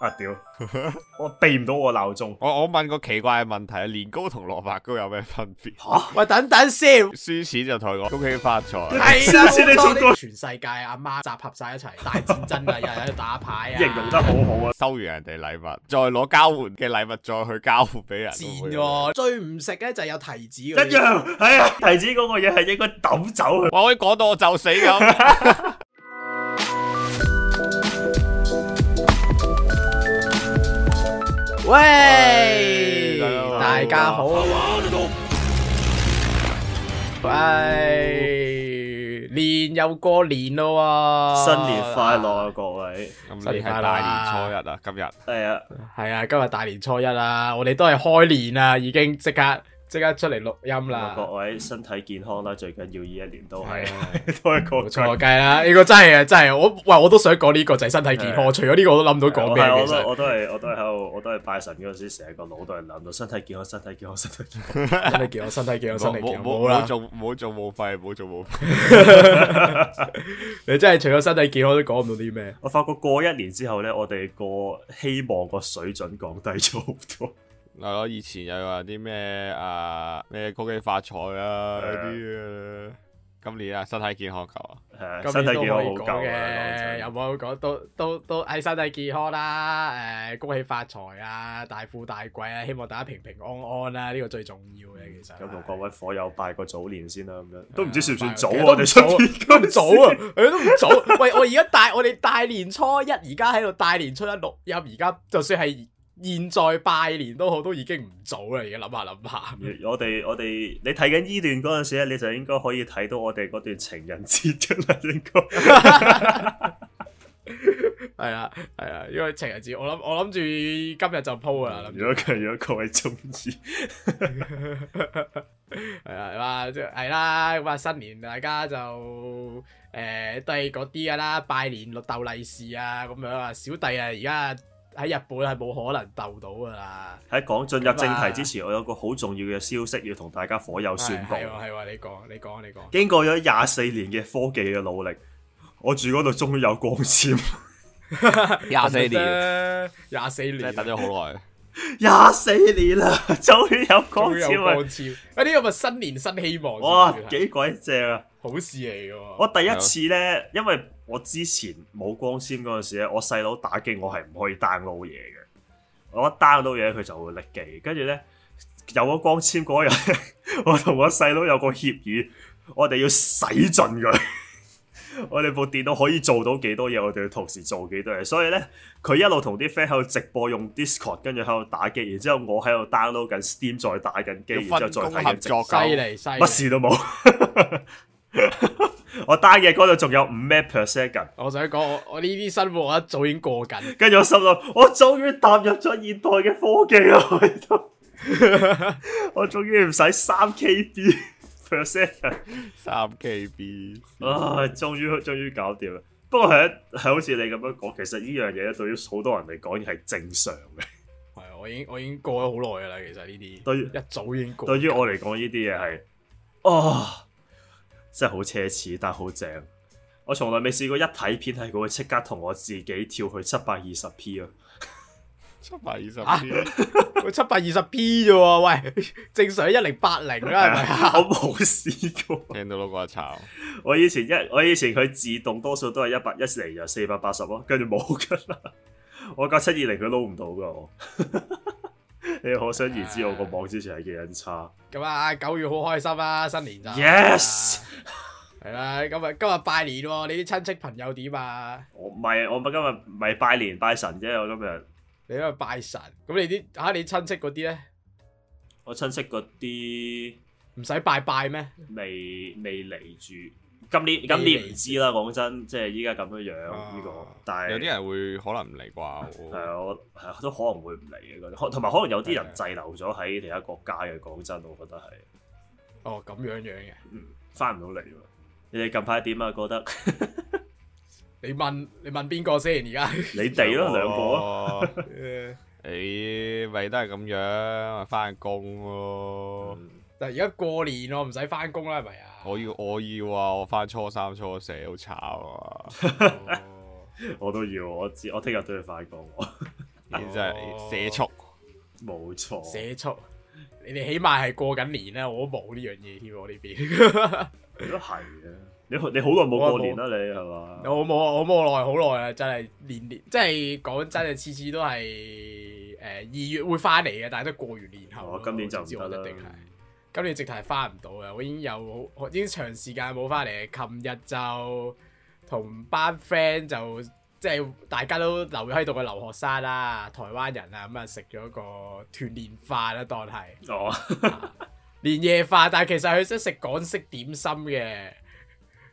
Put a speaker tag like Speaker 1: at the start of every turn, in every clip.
Speaker 1: 啊屌！我避唔到我鬧鐘。
Speaker 2: 我我問個奇怪嘅問題啊，年糕同蘿蔔糕有咩分別？
Speaker 3: 哦喂，等等先，
Speaker 2: 輸錢就同佢講恭喜發財，
Speaker 3: 係
Speaker 1: 黐
Speaker 3: 啦，
Speaker 1: 線你
Speaker 3: 冇
Speaker 1: 做
Speaker 3: 錯
Speaker 1: 過
Speaker 3: 呢全世界阿媽集合晒一齊大戰爭啊，日日喺度打牌 啊，
Speaker 1: 形容得好好啊！
Speaker 2: 收完人哋禮物，再攞交換嘅禮物再去交換俾人，
Speaker 3: 賤
Speaker 2: 會唔會
Speaker 3: 喎，最唔食咧就係有提子
Speaker 1: 一
Speaker 3: 一
Speaker 1: 樣係 啊，提子嗰個嘢係應該抌走佢。
Speaker 2: 哇！我講到我就死 咁，
Speaker 1: 哎
Speaker 3: 喂，
Speaker 2: 喂
Speaker 3: 大家好。喂，年又過年咯喎，
Speaker 1: 新年快！樂啊，各位！
Speaker 2: 咁你係大年初一啊，今日
Speaker 1: 係啊，
Speaker 3: 係啊，今日大年初一啦，我哋都係開年啦，已經即刻即刻出嚟錄音
Speaker 1: 咁啊
Speaker 3: 啦。
Speaker 1: 各位身體健康啦，最緊要呢一年都係
Speaker 3: 係啊
Speaker 1: 都係
Speaker 3: 冇
Speaker 1: 個
Speaker 3: 錯，梗係啦，呢個真係啊，真係我喂，我都想講呢個就係身體健
Speaker 1: 係
Speaker 3: 康。除咗呢個，我都諗到講咩
Speaker 1: 係啊我
Speaker 3: 其
Speaker 1: 都
Speaker 3: 實。
Speaker 1: 我都係我都係喺度，我都係拜神嗰陣時，成個腦都係諗到身體健康、身體健康、身體健康。
Speaker 3: 身體健康，身體健康，身體
Speaker 2: 冇
Speaker 3: 健康，
Speaker 2: 冇
Speaker 3: 冇
Speaker 2: 冇
Speaker 3: 啦！
Speaker 2: 做冇做冇費，冇做冇費，
Speaker 3: 你真係除咗身體健康都講唔到啲咩。
Speaker 1: 我發覺過一年之後咧，我哋個希望個水準降低咗好多。
Speaker 2: 係咯，以前又話啲咩啊咩恭喜發財啊
Speaker 1: 係
Speaker 2: 嗰
Speaker 1: 啊
Speaker 2: 啲啊，今年啊身體健康夠啊，
Speaker 1: 係啊
Speaker 3: 今
Speaker 1: 身體
Speaker 3: 年都可
Speaker 1: 健
Speaker 3: 以
Speaker 1: 康好
Speaker 3: 講
Speaker 1: 夠啊
Speaker 3: 嘅，有！冇講都都都係身體健康啦，誒、恭喜發財啊，大富大貴啊，希望大家平平安安啦、呢、個最重要嘅其實。
Speaker 1: 嗯咁同啊各位火友拜個早年先啦，咁樣都唔知算唔算早啊？
Speaker 3: 拜
Speaker 1: 我哋出片
Speaker 3: 都
Speaker 1: 咁
Speaker 3: 唔早 啊，誒都唔早。 喂，我而家大我哋大年初一，而家喺度大年初一錄音，而家就算係現在拜年都好，都已經唔早啦。而家諗下諗下。
Speaker 1: 我哋我哋你睇緊呢段嗰陣時咧，你就應該可以睇到我哋嗰段情人節嘅啦， 應該。
Speaker 3: 係啊，係啊，因為情人節，我諗我諗住今日就鋪啦，諗住
Speaker 1: 如果佢如果各位中意，
Speaker 3: 係啊，咁啊，即係係啦，咁啊，新年大家就誒、都係嗰啲噶啦，拜年鬥利是啊，咁樣啊，小弟啊，而家喺日本係冇可能鬥到噶啦。
Speaker 1: 喺講進入正題之前，我有個好重要嘅消息要同大家火友宣布
Speaker 3: 係。啊喎係喎，你講你講你講。
Speaker 1: 經過咗廿四年嘅科技嘅努力，我住嗰度終於有光纖。
Speaker 2: 廿四年
Speaker 3: 年，廿四年，
Speaker 2: 真係等咗好耐。
Speaker 1: 廿四年啦， 終於有光
Speaker 3: 終於有光
Speaker 1: 纖啊！
Speaker 3: 纖。喂，呢個咪新年新希望先。
Speaker 1: 哇，
Speaker 3: 其實
Speaker 1: 幾鬼正啊！
Speaker 3: 好事嚟嘅喎。
Speaker 1: 我第一次咧，因為我之前冇光纖嗰陣時咧，我細佬打機我係唔可以 download 嘢嘅，我一 download 嘢佢就會匿機，跟住咧有咗光纖嗰日， 我同我細佬有個協議，我哋要使盡佢。 我哋部電腦可以做到幾多嘢，我哋要同時做幾多嘢，所以咧佢一路同啲 friend 喺度直播用 Discord，跟住喺度打機，然之後我喺度 download 緊 Steam 再打緊機，
Speaker 2: 要
Speaker 1: 然之後再
Speaker 2: 分工
Speaker 1: 睇
Speaker 2: 合
Speaker 1: 緊直
Speaker 2: 作㗎
Speaker 3: 犀利犀利。
Speaker 1: 乜事都冇。 我單嘢嗰度仲有五咩 percent 緊，
Speaker 3: 我想講，我我呢啲生活我一早已經過緊。
Speaker 1: 跟住我心諗，我終於踏入咗現代嘅科技啦，我喺度我終於唔使三 KB percent 緊，
Speaker 2: 三 KB，
Speaker 1: 啊，終於終於搞掂啦。不過係一係好似你咁樣講，其實呢樣嘢咧對於好多人嚟講係正常嘅。
Speaker 3: 係啊，我已經我已經過咗好耐噶啦，其實呢啲
Speaker 1: 對
Speaker 3: 一早已經過。
Speaker 1: 對於我嚟講，呢啲嘢係啊，真係好奢侈，但係好正。我從來未試過一睇片係佢會即刻同我自己跳去七百二十 P 啊！
Speaker 2: 七百二十
Speaker 3: 啊
Speaker 2: P，
Speaker 3: 佢七百二十 P 啫喎，喂， 正常一零八零啦，係咪啊？
Speaker 1: 我冇試過。
Speaker 2: 聽到都嗰一炒。
Speaker 1: 我以前一我以前佢自動多數都係一百一嚟就四百八十咯，跟住冇噶啦。 我九七二零佢撈唔到噶我。 你可想而知我個網之前係幾人差。
Speaker 3: 咁啊，九月好開心啊，新年就
Speaker 1: Yes！
Speaker 3: 係啦，今日今日拜年喎，你啲親戚朋友點啊？
Speaker 1: 我唔係我今日唔係拜年拜神啫，我今日
Speaker 3: 你喺度拜神，咁你啲嚇你親戚嗰啲咧，
Speaker 1: 我親戚嗰啲。
Speaker 3: 唔使拜拜咩？
Speaker 1: 未未嚟住。今年
Speaker 3: 未
Speaker 1: 今年
Speaker 3: 嚟
Speaker 1: 唔
Speaker 3: 住
Speaker 1: 知啦，講真，即係依家咁樣樣
Speaker 2: 啊
Speaker 1: 呢個，但係
Speaker 2: 有啲人會可能唔嚟啩，
Speaker 1: 係
Speaker 2: 我
Speaker 1: 啊我係啊都可能會唔嚟嘅，覺得可 同埋可能有啲人滯留咗喺其他國家嘅，講真，我覺得係，
Speaker 3: 哦，咁樣樣嘅，
Speaker 1: 嗯，翻唔到嚟喎。你哋近排點啊？覺 得
Speaker 3: 你問你問邊個先而家？
Speaker 1: 你哋
Speaker 3: 啊
Speaker 1: 咯，兩個啊咯，
Speaker 2: 個 咯。
Speaker 3: 誒
Speaker 2: 誒，咪都係咁樣，咪翻工咯。
Speaker 1: 嗯
Speaker 3: 但係而家過年喎，唔使翻工啦，係咪啊？
Speaker 2: 我要我要啊！我翻初三初四好慘啊！
Speaker 3: 哦
Speaker 1: 我都要，我知，我聽日都要翻工喎。
Speaker 2: 呢啲真
Speaker 1: 哦
Speaker 2: 係社畜。
Speaker 1: 冇錯。
Speaker 3: 社畜，你哋起碼係過緊年啦，我都冇呢樣嘢添，我呢 邊。
Speaker 1: 你都係嘅。你好你好耐冇過年啦，你係嘛？
Speaker 3: 我冇啊，我冇耐好耐啦，真係年年，即係講真啊，次次都係誒二月會翻嚟嘅，但係都過完年後咯。
Speaker 1: 我哦今年就
Speaker 3: 我知
Speaker 1: 唔
Speaker 3: 我
Speaker 1: 得
Speaker 3: 一定
Speaker 1: 啦
Speaker 3: 係。今年直頭係翻唔到嘅，我已經有好已經長時間冇翻嚟。琴日就同班 friend 就即係大家都留喺度嘅留學生啦、台灣人啊，咁啊食咗個團年飯啦，當係。
Speaker 1: 哦，
Speaker 3: 年夜飯，但係其實佢識食港式點心嘅，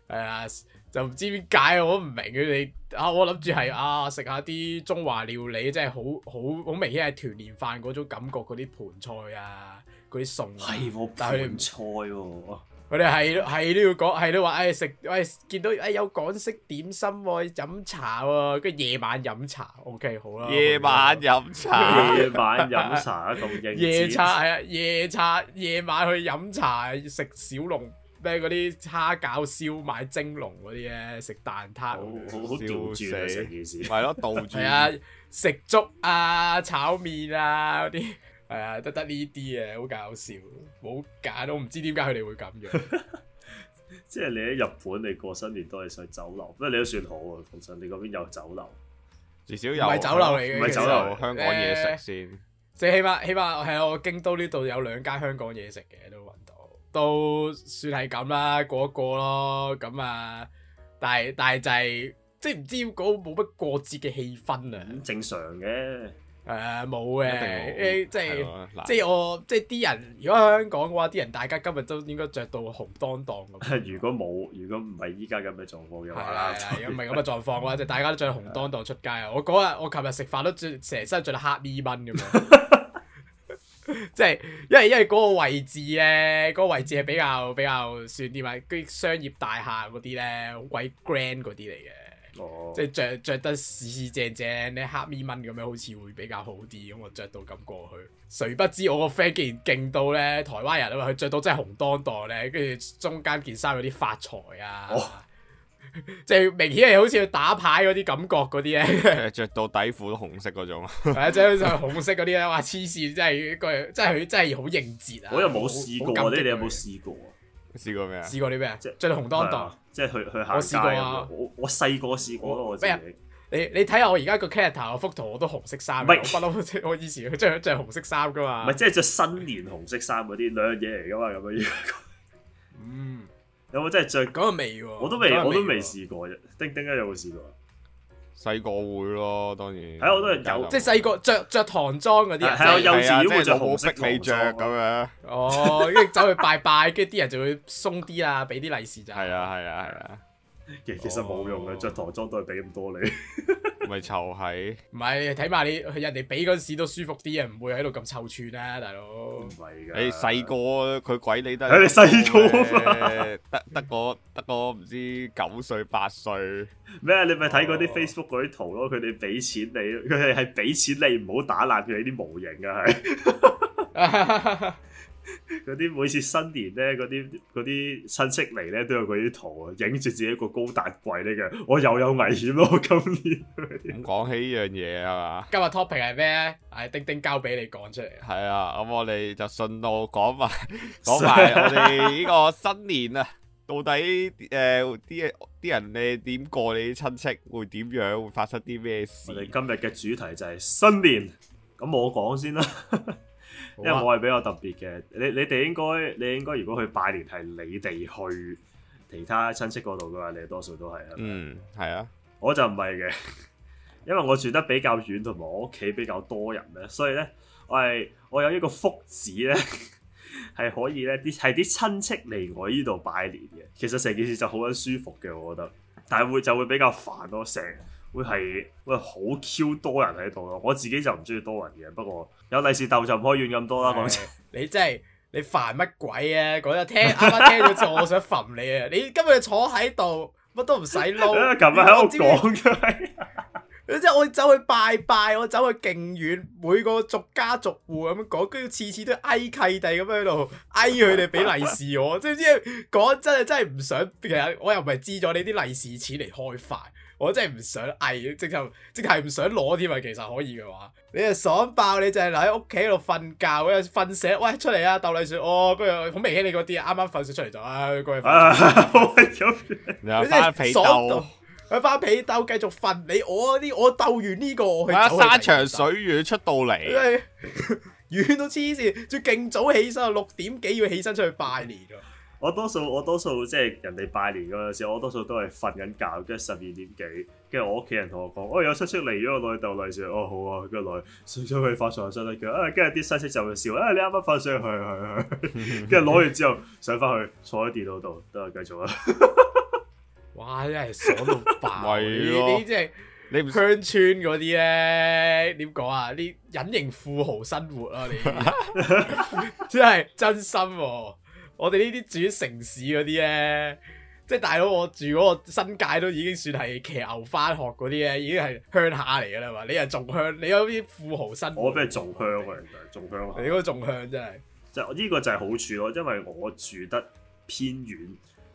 Speaker 3: 係啊，就唔知點解我都唔明佢哋啊！我諗住係啊食下啲中華料理，即係好好好明顯係團年飯嗰種感覺，嗰啲盤菜啊，嗰啲餸啊
Speaker 1: 係喎，
Speaker 3: 但係佢哋
Speaker 1: 盤菜喎。
Speaker 3: 佢哋係都係都要講，係都話誒食，喂見到誒、哎有港式點心喎、飲茶喎、跟住夜晚飲茶，OK 好
Speaker 1: 啊
Speaker 3: 啦，
Speaker 2: 夜晚飲茶，
Speaker 1: 夜晚飲茶啊咁應節
Speaker 3: 啊夜茶係啊，夜茶夜晚去飲茶食小籠咩嗰啲蝦餃燒賣蒸籠嗰啲咧，食蛋
Speaker 1: 好
Speaker 3: 撻
Speaker 1: 好
Speaker 3: 咁樣，
Speaker 1: 好調轉啊！成件事
Speaker 2: 咪咯倒住
Speaker 3: 係啊，食粥啊、炒麵啊嗰啲，係啊，得得呢啲啊，好搞笑，冇揀，我唔知點解佢哋會咁樣。
Speaker 1: 即係你喺日本，你過新年都係上酒樓，不過你都算好啊。講真，你嗰邊有酒樓，
Speaker 2: 至少有
Speaker 3: 唔係酒樓嚟嘅
Speaker 1: 唔係酒樓
Speaker 2: 有香港嘢食先。
Speaker 3: 即係起碼起碼係啊我京都呢度有兩間香港嘢食嘅都揾到，都算係咁啦，過一過咯。咁啊，但係但係就係、即係唔知點講冇乜過節嘅氣氛啊。
Speaker 1: 咁正常嘅。
Speaker 3: 誒啊冇
Speaker 2: 一定
Speaker 3: 嘅，
Speaker 2: 冇
Speaker 3: 誒即係。
Speaker 2: 係
Speaker 3: 即係我即係啲人，如果喺香港嘅話，啲人大家今日都應該着到紅當當咁。
Speaker 1: 如果冇，如果唔係依家咁嘅狀況嘅
Speaker 3: 係
Speaker 1: 話
Speaker 3: 啦
Speaker 1: 啦，，
Speaker 3: 係啦如果唔係咁嘅狀況嘅話，就大家都着紅當當出街啊！我嗰日我琴日食飯都着成身着到黑咪蚊咁樣，即係因為因為嗰個位置咧，嗰、個位置係比較比較算啲嘛，啲商業大廈嗰啲咧好鬼 grand 嗰啲嚟嘅。
Speaker 1: 哦，
Speaker 3: 即係着着得四四正正咧，黑咪蚊咁樣，好似會比較好啲。咁我着到咁過去，誰不知我個 friend 竟然勁到咧，台灣人啊嘛，佢着到真係紅當當咧，跟住中間件衫有啲發財啊，
Speaker 1: 哦
Speaker 3: 即係明顯係好似去打牌嗰啲感覺嗰啲咧，
Speaker 2: 係着到底褲都紅色嗰種，
Speaker 3: 係啊，即係就紅色嗰啲咧，哇黐線，真係佢真係佢真係好應節啊！
Speaker 1: 我又冇試過
Speaker 3: 好
Speaker 1: 啊！
Speaker 3: 感
Speaker 1: 你
Speaker 3: 激
Speaker 1: 哋有冇
Speaker 3: 佢
Speaker 1: 試過啊？
Speaker 2: 試過咩啊？
Speaker 3: 試過啲咩啊？
Speaker 1: 即係
Speaker 3: 着到紅當
Speaker 1: 係
Speaker 3: 當
Speaker 1: 啊。即係去去行
Speaker 3: 我
Speaker 1: 街
Speaker 3: 試過
Speaker 1: 咁
Speaker 3: 啊
Speaker 1: 樣。我我細個試過咯，
Speaker 3: 我
Speaker 1: 我自
Speaker 3: 咩
Speaker 1: 己。
Speaker 3: 你你睇下我而家個 character 我幅圖我都紅色衫
Speaker 1: 唔
Speaker 3: 嘅，
Speaker 1: 係
Speaker 3: 我不嬲，我以前着着紅色衫噶嘛
Speaker 1: 唔係。即係着新年紅色衫嗰啲兩樣嘢嚟噶嘛，咁樣要
Speaker 3: 嗯，
Speaker 1: 有冇真係着？
Speaker 3: 講個味喎，
Speaker 1: 我都未，
Speaker 3: 講個
Speaker 1: 我都
Speaker 3: 味
Speaker 1: 未
Speaker 3: 喎，
Speaker 1: 試過啫。丁丁咧有冇試過啊？
Speaker 2: 細個會咯，當然。
Speaker 1: 係啊我都係有
Speaker 3: 即係細個着着唐裝嗰啲
Speaker 1: 係啊
Speaker 3: 啊，
Speaker 1: 我
Speaker 3: 即
Speaker 1: 幼
Speaker 3: 係
Speaker 1: 稚園會着
Speaker 2: 就
Speaker 1: 紅色
Speaker 2: 冇逼你着咁樣。
Speaker 3: 哦，跟住走去拜拜，跟住啲人就會鬆啲啊，俾啲利是咋。
Speaker 2: 係啊係啊係啊，
Speaker 1: 其其實冇用嘅，
Speaker 3: 哦
Speaker 1: 着唐裝都係俾咁多你。
Speaker 2: 咪就係
Speaker 3: 唔係睇埋你人哋俾嗰陣時都舒服啲啊，唔會喺度咁臭串啦，大佬。
Speaker 1: 唔係㗎，
Speaker 2: 你細個佢鬼你 得。
Speaker 1: 係你細個
Speaker 2: 咩得得個得個唔知九歲八歲。
Speaker 1: 咩？你咪睇嗰啲
Speaker 3: 哦
Speaker 1: Facebook 嗰啲圖咯，佢哋俾錢你，佢哋係俾錢你唔好打爛佢哋啲模型啊，係 嗰啲每次新年咧，嗰啲嗰啲親戚嚟咧都有嗰啲圖啊，影住自己個高達櫃呢嘅，我又有危險咯，我今年
Speaker 2: 咁講起呢樣嘢係 嘛？
Speaker 3: 今日 topic 係咩咧？係丁丁交俾你講出嚟。
Speaker 2: 係啊，咁我哋就順路講埋講埋我哋呢個新年啊，到底誒啲啲人你點過？你啲親戚會點樣？會發生啲咩事
Speaker 1: 我？哋今日嘅主題就係新年，咁我講先啦，因為
Speaker 3: 好啊
Speaker 1: 我係比較特別嘅。你你哋應該你應該如果去拜年係你哋去其他親戚嗰度嘅話，你多數都係啊。
Speaker 2: 嗯，係啊，
Speaker 1: 我就唔係嘅， 因為我住得比較遠，同埋我屋企比較多人咧，所以咧我係我有一個福祉咧， 係可以咧啲係啲親戚嚟我呢度拜年嘅。其實成件事就好撚舒服嘅，我覺得，但係會就會比較煩咯，成會係會好 Q 多人喺度咯。我自己就唔中意多人嘅，不過有利是竇就唔可以遠咁多啦。講真，
Speaker 3: 你真係你煩乜鬼啊！嗰日聽啱啱聽咗之後，我想焚你啊！你今日坐喺度，乜都唔使
Speaker 1: 啊
Speaker 3: 撈，
Speaker 1: 琴日喺度
Speaker 3: 我知
Speaker 1: 講嘅。
Speaker 3: 你即係我走去拜拜，我走去勁遠，每個逐家逐户咁樣講，跟住次次都挨契弟咁樣喺度挨佢哋俾利是我，知唔知？講真啊，真係唔想，其實我又唔係知咗你啲利是錢嚟開飯，我真係唔想嗌，直頭直頭係唔想攞添啊！其實可以嘅話，你就爽爆，你就係留喺屋企度瞓覺，跟住瞓醒，喂出嚟啊！鬥麗雪，哦，跟住好明顯你嗰啲啊啱啱瞓醒出嚟就啊，過去
Speaker 1: 啊，
Speaker 3: 瞓覺。
Speaker 1: 好鬼咁樣
Speaker 2: 然後翻被斗，
Speaker 3: 佢翻被鬥繼續瞓。你我啲我鬥完呢個， 我去
Speaker 2: 玩
Speaker 3: 走去
Speaker 2: 山
Speaker 3: 第二
Speaker 2: 長
Speaker 3: 集
Speaker 2: 水遠出到 嚟，
Speaker 3: 真係遠到黐線，仲勁早起身啊，六點幾要起身出去拜年啊！
Speaker 1: 我多數我多數即係人哋拜年嗰陣時，我多數都係瞓緊覺，跟住十二點幾，跟住我屋企人同我講：哦，有親戚嚟咗，我落去鬥利是。哦，好啊，跟住落去，想想佢發上身啦，佢啊，跟住啲親戚就會笑：啊，你啱啱發上去，去 去去，跟住攞完之後上翻去坐喺電腦度，得啊，繼續啊。
Speaker 3: 哇，真係爽到 爆！呢
Speaker 2: 咪咯
Speaker 3: 啲即係
Speaker 2: 你唔
Speaker 3: 鄉村嗰啲咧，點講啊？啲隱形富豪生活啊，你 呢啲真係真心喎、我哋呢啲住喺城市嗰啲咧，即係大佬我住嗰個新界都已經算係騎牛翻學嗰啲咧，已經係鄉下嚟㗎啦嘛。你又仲鄉，你有啲富豪生活，
Speaker 1: 我俾你仲香啊，其實仲香啊
Speaker 3: 你。嗰個仲香真係。
Speaker 1: 就呢個就係好處咯，因為我住得偏遠，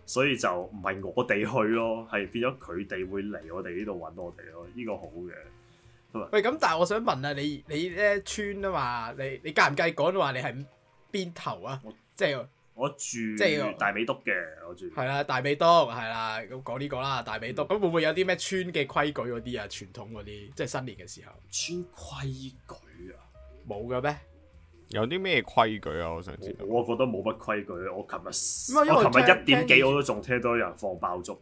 Speaker 1: 所以就唔係我哋去咯，係變咗佢哋會嚟我哋呢度揾我哋咯，呢、個好嘅。
Speaker 3: 喂，咁但係我想問啊，你你咧村啊嘛，你你介唔介意講話你係邊頭啊
Speaker 1: 我？
Speaker 3: 即係
Speaker 1: 我住
Speaker 3: 即係
Speaker 1: 大美督嘅，我住
Speaker 3: 係啦，大美督係啦，咁講呢個啦，大美督
Speaker 1: 嗯
Speaker 3: 咁會唔會有啲咩村嘅規矩嗰啲啊？傳統嗰啲，即係新年嘅時候
Speaker 1: 村規矩啊，
Speaker 3: 冇嘅咩？
Speaker 2: 有啲咩規矩啊？我想知道。
Speaker 1: 我我覺得冇乜規矩。我琴
Speaker 3: 係
Speaker 1: 日
Speaker 3: 因為
Speaker 1: 我琴日
Speaker 3: 聽
Speaker 1: 一點幾
Speaker 3: 聽
Speaker 1: 我都仲聽到有人放爆竹，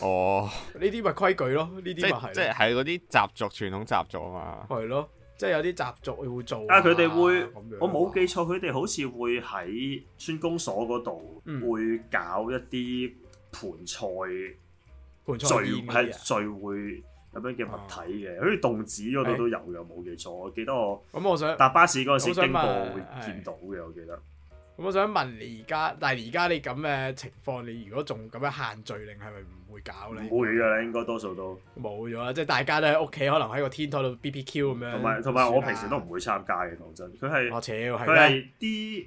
Speaker 2: 哦，
Speaker 3: 呢啲咪規矩咯，呢
Speaker 2: 即
Speaker 3: 啲咪
Speaker 2: 係
Speaker 3: 係
Speaker 2: 即係
Speaker 3: 咯
Speaker 2: 係嗰啲習俗傳統習俗啊嘛。
Speaker 3: 係咯，即係有啲習俗會做
Speaker 1: 啊佢哋會
Speaker 3: 咁樣啊
Speaker 1: 我冇記錯，佢哋好似會喺村公所嗰度
Speaker 3: 嗯
Speaker 1: 會搞一啲盤菜。
Speaker 3: 盤菜
Speaker 1: 聚
Speaker 3: 宴
Speaker 1: 係
Speaker 3: 嗰啲啊啊
Speaker 1: 聚會咁樣嘅物體嘅，好似洞子嗰度都有嘅，冇記錯。我記得我
Speaker 3: 咁我想咁
Speaker 1: 搭巴士嗰陣時
Speaker 3: 我想
Speaker 1: 經過
Speaker 3: 問
Speaker 1: 會見到嘅，我記得。
Speaker 3: 我想問你而家，但係而家你咁嘅情況，你如果仲咁樣限聚令係咪唔會搞咧？
Speaker 1: 唔會㗎啦，應該多數都。
Speaker 3: 冇咗啊啦，即係大家都喺屋企，可能喺個天台度 BBQ 咁樣。
Speaker 1: 嗯同埋同埋，我平時都
Speaker 3: 唔，
Speaker 1: 唔會參加嘅，講真。佢係
Speaker 3: 我超啊係
Speaker 1: 佢
Speaker 3: 咩？
Speaker 1: 係啲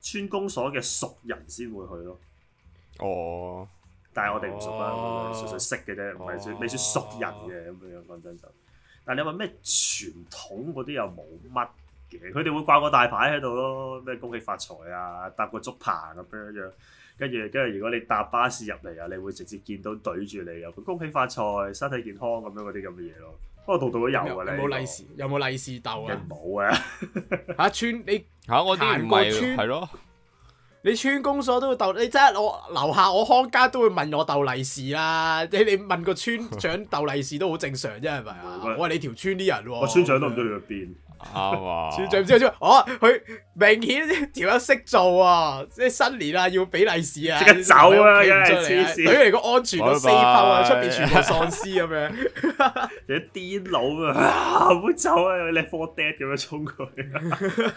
Speaker 1: 村公所嘅熟人先會去咯，
Speaker 2: 哦，
Speaker 1: 但係我哋唔熟啦，
Speaker 3: 哦
Speaker 1: 我哋純粹識嘅啫，唔係算
Speaker 3: 哦
Speaker 1: 未算熟人嘅咁樣講真就。但係你話咩傳統嗰啲又冇乜嘅，佢哋會掛個大牌喺度咯，咩恭喜發財啊，搭個竹棚咁樣樣，跟住跟住如果你搭巴士入嚟啊，你會直接見到對住你有個恭喜發財、身體健康咁樣嗰啲咁嘅嘢咯。不過度度都有
Speaker 3: 有
Speaker 1: 啊，你
Speaker 3: 有冇利是？有冇利是豆
Speaker 1: 嘅
Speaker 3: 啊？
Speaker 1: 冇啊，
Speaker 3: 嚇村你
Speaker 2: 嚇我啲唔
Speaker 3: 行過
Speaker 2: 係
Speaker 3: 村
Speaker 2: 係咯，
Speaker 3: 你村公所都會鬥，你真係我樓下我康家都會問我鬥利是啦。 即係你問個村長鬥利是都好正常 啫，係咪啊
Speaker 1: 冇？嘅
Speaker 3: 我係你條村啲人喎。
Speaker 1: 我村長都唔知去邊。
Speaker 2: 啱啊。
Speaker 3: 村長唔知佢哦，佢明顯條友識做啊！即係新年啊，要俾利是啊，
Speaker 1: 即刻走啊
Speaker 3: 唔出
Speaker 1: 梗係
Speaker 3: 嚟
Speaker 1: 黐線
Speaker 3: 對於嚟講安全到
Speaker 2: 拜拜
Speaker 3: s a 啊，出邊全部喪屍咁樣。
Speaker 1: 有啲癲佬咁樣啊，唔好走啊！你 for dead 咁樣衝佢，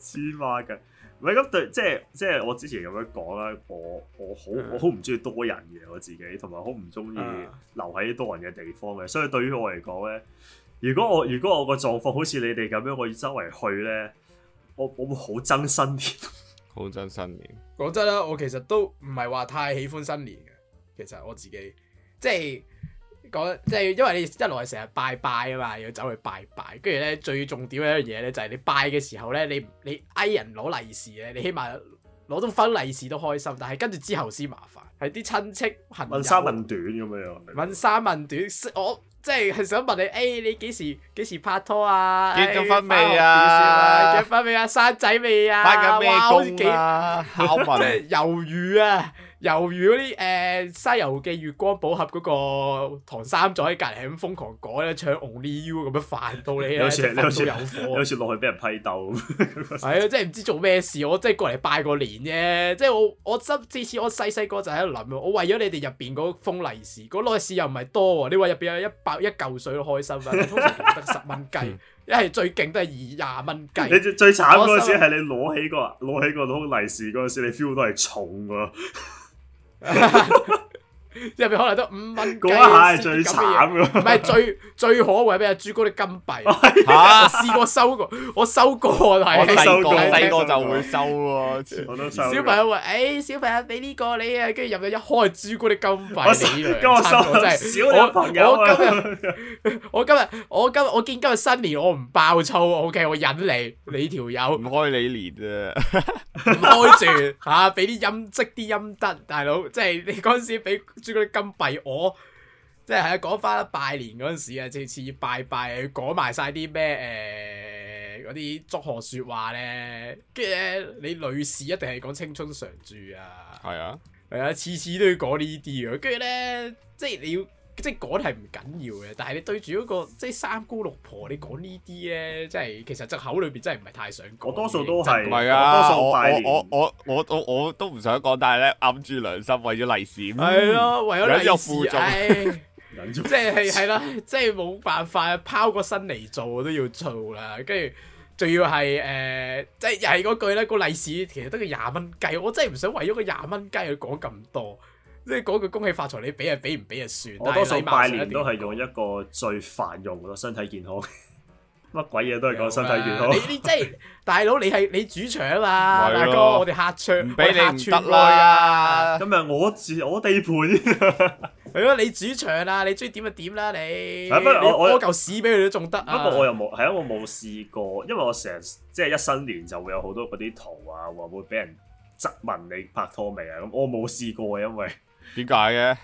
Speaker 1: 黐孖㗎。唔係咁對，即係即係我之前咁樣講啦，我我好
Speaker 3: 嗯
Speaker 1: 我好唔中意多人嘅我自己，同埋好唔中意
Speaker 3: 嗯
Speaker 1: 留喺多人嘅地方嘅，所以對於我嚟講咧，如果我如果我個狀況好似你哋咁樣，我要周圍去咧，我我會好憎新年。
Speaker 2: 好真新年。
Speaker 3: 講真啦，我其實都唔係話太喜歡新年嘅。其實我自己即係講，即係因為你一來成日拜拜啊嘛，要走去拜拜，跟住咧最重點一樣嘢咧就係你拜嘅時候咧，你你嗌人攞利是咧，你起碼攞到分利是都開心，但係跟住之後先麻煩，係啲親戚朋 友
Speaker 1: 問三問短咁樣樣，
Speaker 3: 問三問短，我即係係想問你，誒、你幾時幾時拍拖啊？
Speaker 2: 結咗婚
Speaker 3: 誒返學
Speaker 2: 未啊
Speaker 3: 幾時結婚未啊？生仔未啊？
Speaker 2: 翻緊
Speaker 3: 哇好似
Speaker 2: 咩
Speaker 3: 幾
Speaker 2: 工啊？考
Speaker 3: 即
Speaker 2: 文
Speaker 3: 係呃魷魚啊，魷魚嗰啲誒《西遊記》月光寶盒嗰個唐三藏喺隔離係咁瘋狂改咧，唱 Only You 咁樣煩到你
Speaker 1: 你
Speaker 3: 咧，
Speaker 1: 好似 你好似
Speaker 3: 煩
Speaker 1: 你
Speaker 3: 到有
Speaker 1: 好
Speaker 3: 火。啊
Speaker 1: 似落去俾人批鬥咁。
Speaker 3: 係啊，即係唔知做咩事，我真係過嚟拜個年啫。即係我我執之前我細細個就喺度諗，我為咗你哋入邊嗰封利是，嗰利是又唔係多喎。你話入邊有一百一嚿水都開心 啦，你通常得十蚊雞，一係最勁都係二廿蚊雞。
Speaker 1: 你最最慘嗰陣時
Speaker 3: 我心
Speaker 1: 係你攞起個攞起個攞利是嗰陣時，你 feel 到係重㗎。
Speaker 3: 即係入邊可能得五蚊雞
Speaker 1: 嗰一下係
Speaker 3: 先
Speaker 1: 最
Speaker 3: 咁嘅嘢
Speaker 1: 慘㗎
Speaker 3: 唔係最最可為咩啊？朱古力金幣， 我
Speaker 2: 吓，
Speaker 3: 試過收過， 我收過
Speaker 2: 我
Speaker 1: 你
Speaker 3: 係。
Speaker 2: 細
Speaker 1: 收
Speaker 2: 個
Speaker 1: 過
Speaker 2: 細
Speaker 1: 細
Speaker 2: 個
Speaker 1: 個
Speaker 2: 就會收咯，
Speaker 1: 我都收過
Speaker 3: 小朋友話：，誒、哎小朋友俾呢個你啊，跟住入咗一開朱古力金
Speaker 1: 我
Speaker 3: 幣， 你以為
Speaker 1: 今我收
Speaker 3: 差唔多啊真係
Speaker 1: 少咗朋友
Speaker 3: 我我今日
Speaker 1: 啊！
Speaker 3: 我今日我今日我見今日新年我唔爆粗，OK，我忍你，你條友
Speaker 2: 唔開你年啊，
Speaker 3: 唔開住嚇，俾啲陰積啲陰德，大佬，即係你嗰陣時俾朱古力金幣我，即係係啊講翻啦，拜年嗰陣時啊，次次拜拜又要講埋晒啲咩誒嗰啲祝賀説話咧，跟住咧你女士一定係講青春常駐啊。
Speaker 2: 係啊，
Speaker 3: 係啊，次次都要講呢啲嘅，跟住咧，即係你要，即係講係唔緊要嘅，但係你對住嗰個即係三姑六婆，你講呢啲咧，即係其實隻口裏邊真係唔係太想講。
Speaker 1: 我多數都係
Speaker 2: 唔
Speaker 3: 認真講
Speaker 2: 係啊，
Speaker 1: 我多數
Speaker 2: 我
Speaker 1: 拜年
Speaker 2: 我我我我我都唔想講，但係咧揞住良心為咗利是，嗯
Speaker 3: 係，咯，為
Speaker 2: 兩隻
Speaker 3: 咗
Speaker 2: 副
Speaker 3: 利是，
Speaker 2: 作
Speaker 3: 唉，
Speaker 1: 忍住
Speaker 3: 即係係係啦，即係冇辦法，拋個身嚟做我都要做啦，跟住。仲要係誒、呃即係又係嗰句咧，個利是其實得個廿蚊雞，我真係唔想為咗個廿蚊雞去講咁多，即係講句恭喜發財，你俾啊俾唔俾就算。
Speaker 1: 我多數
Speaker 3: 但係禮貌
Speaker 1: 拜
Speaker 3: 上一
Speaker 1: 年
Speaker 3: 定
Speaker 1: 都
Speaker 3: 要
Speaker 1: 係
Speaker 3: 講
Speaker 1: 用一個最泛用嘅身體健康， 乜鬼嘢都係講身體健
Speaker 3: 有啊
Speaker 1: 康
Speaker 3: 啦。你你即係大佬，你係你主場啊嘛，
Speaker 2: 係
Speaker 3: 大
Speaker 2: 咯
Speaker 3: 哥，我哋客場
Speaker 2: 唔俾你唔得。
Speaker 3: 我哋客串過啊
Speaker 2: 啦，
Speaker 1: 今日啊我自我地盤，
Speaker 3: 去㗎係咯，你主場啊，你中意點就點啦，你。
Speaker 1: 啊係不過我我
Speaker 3: 你屙嚿屎俾佢都仲得啊。
Speaker 1: 不過我又冇，係因為我冇試過，因為我成日即係一新年就會有好多嗰啲圖啊，話會俾人質問你拍拖未啊，咁我冇試過，因為
Speaker 2: 點解嘅？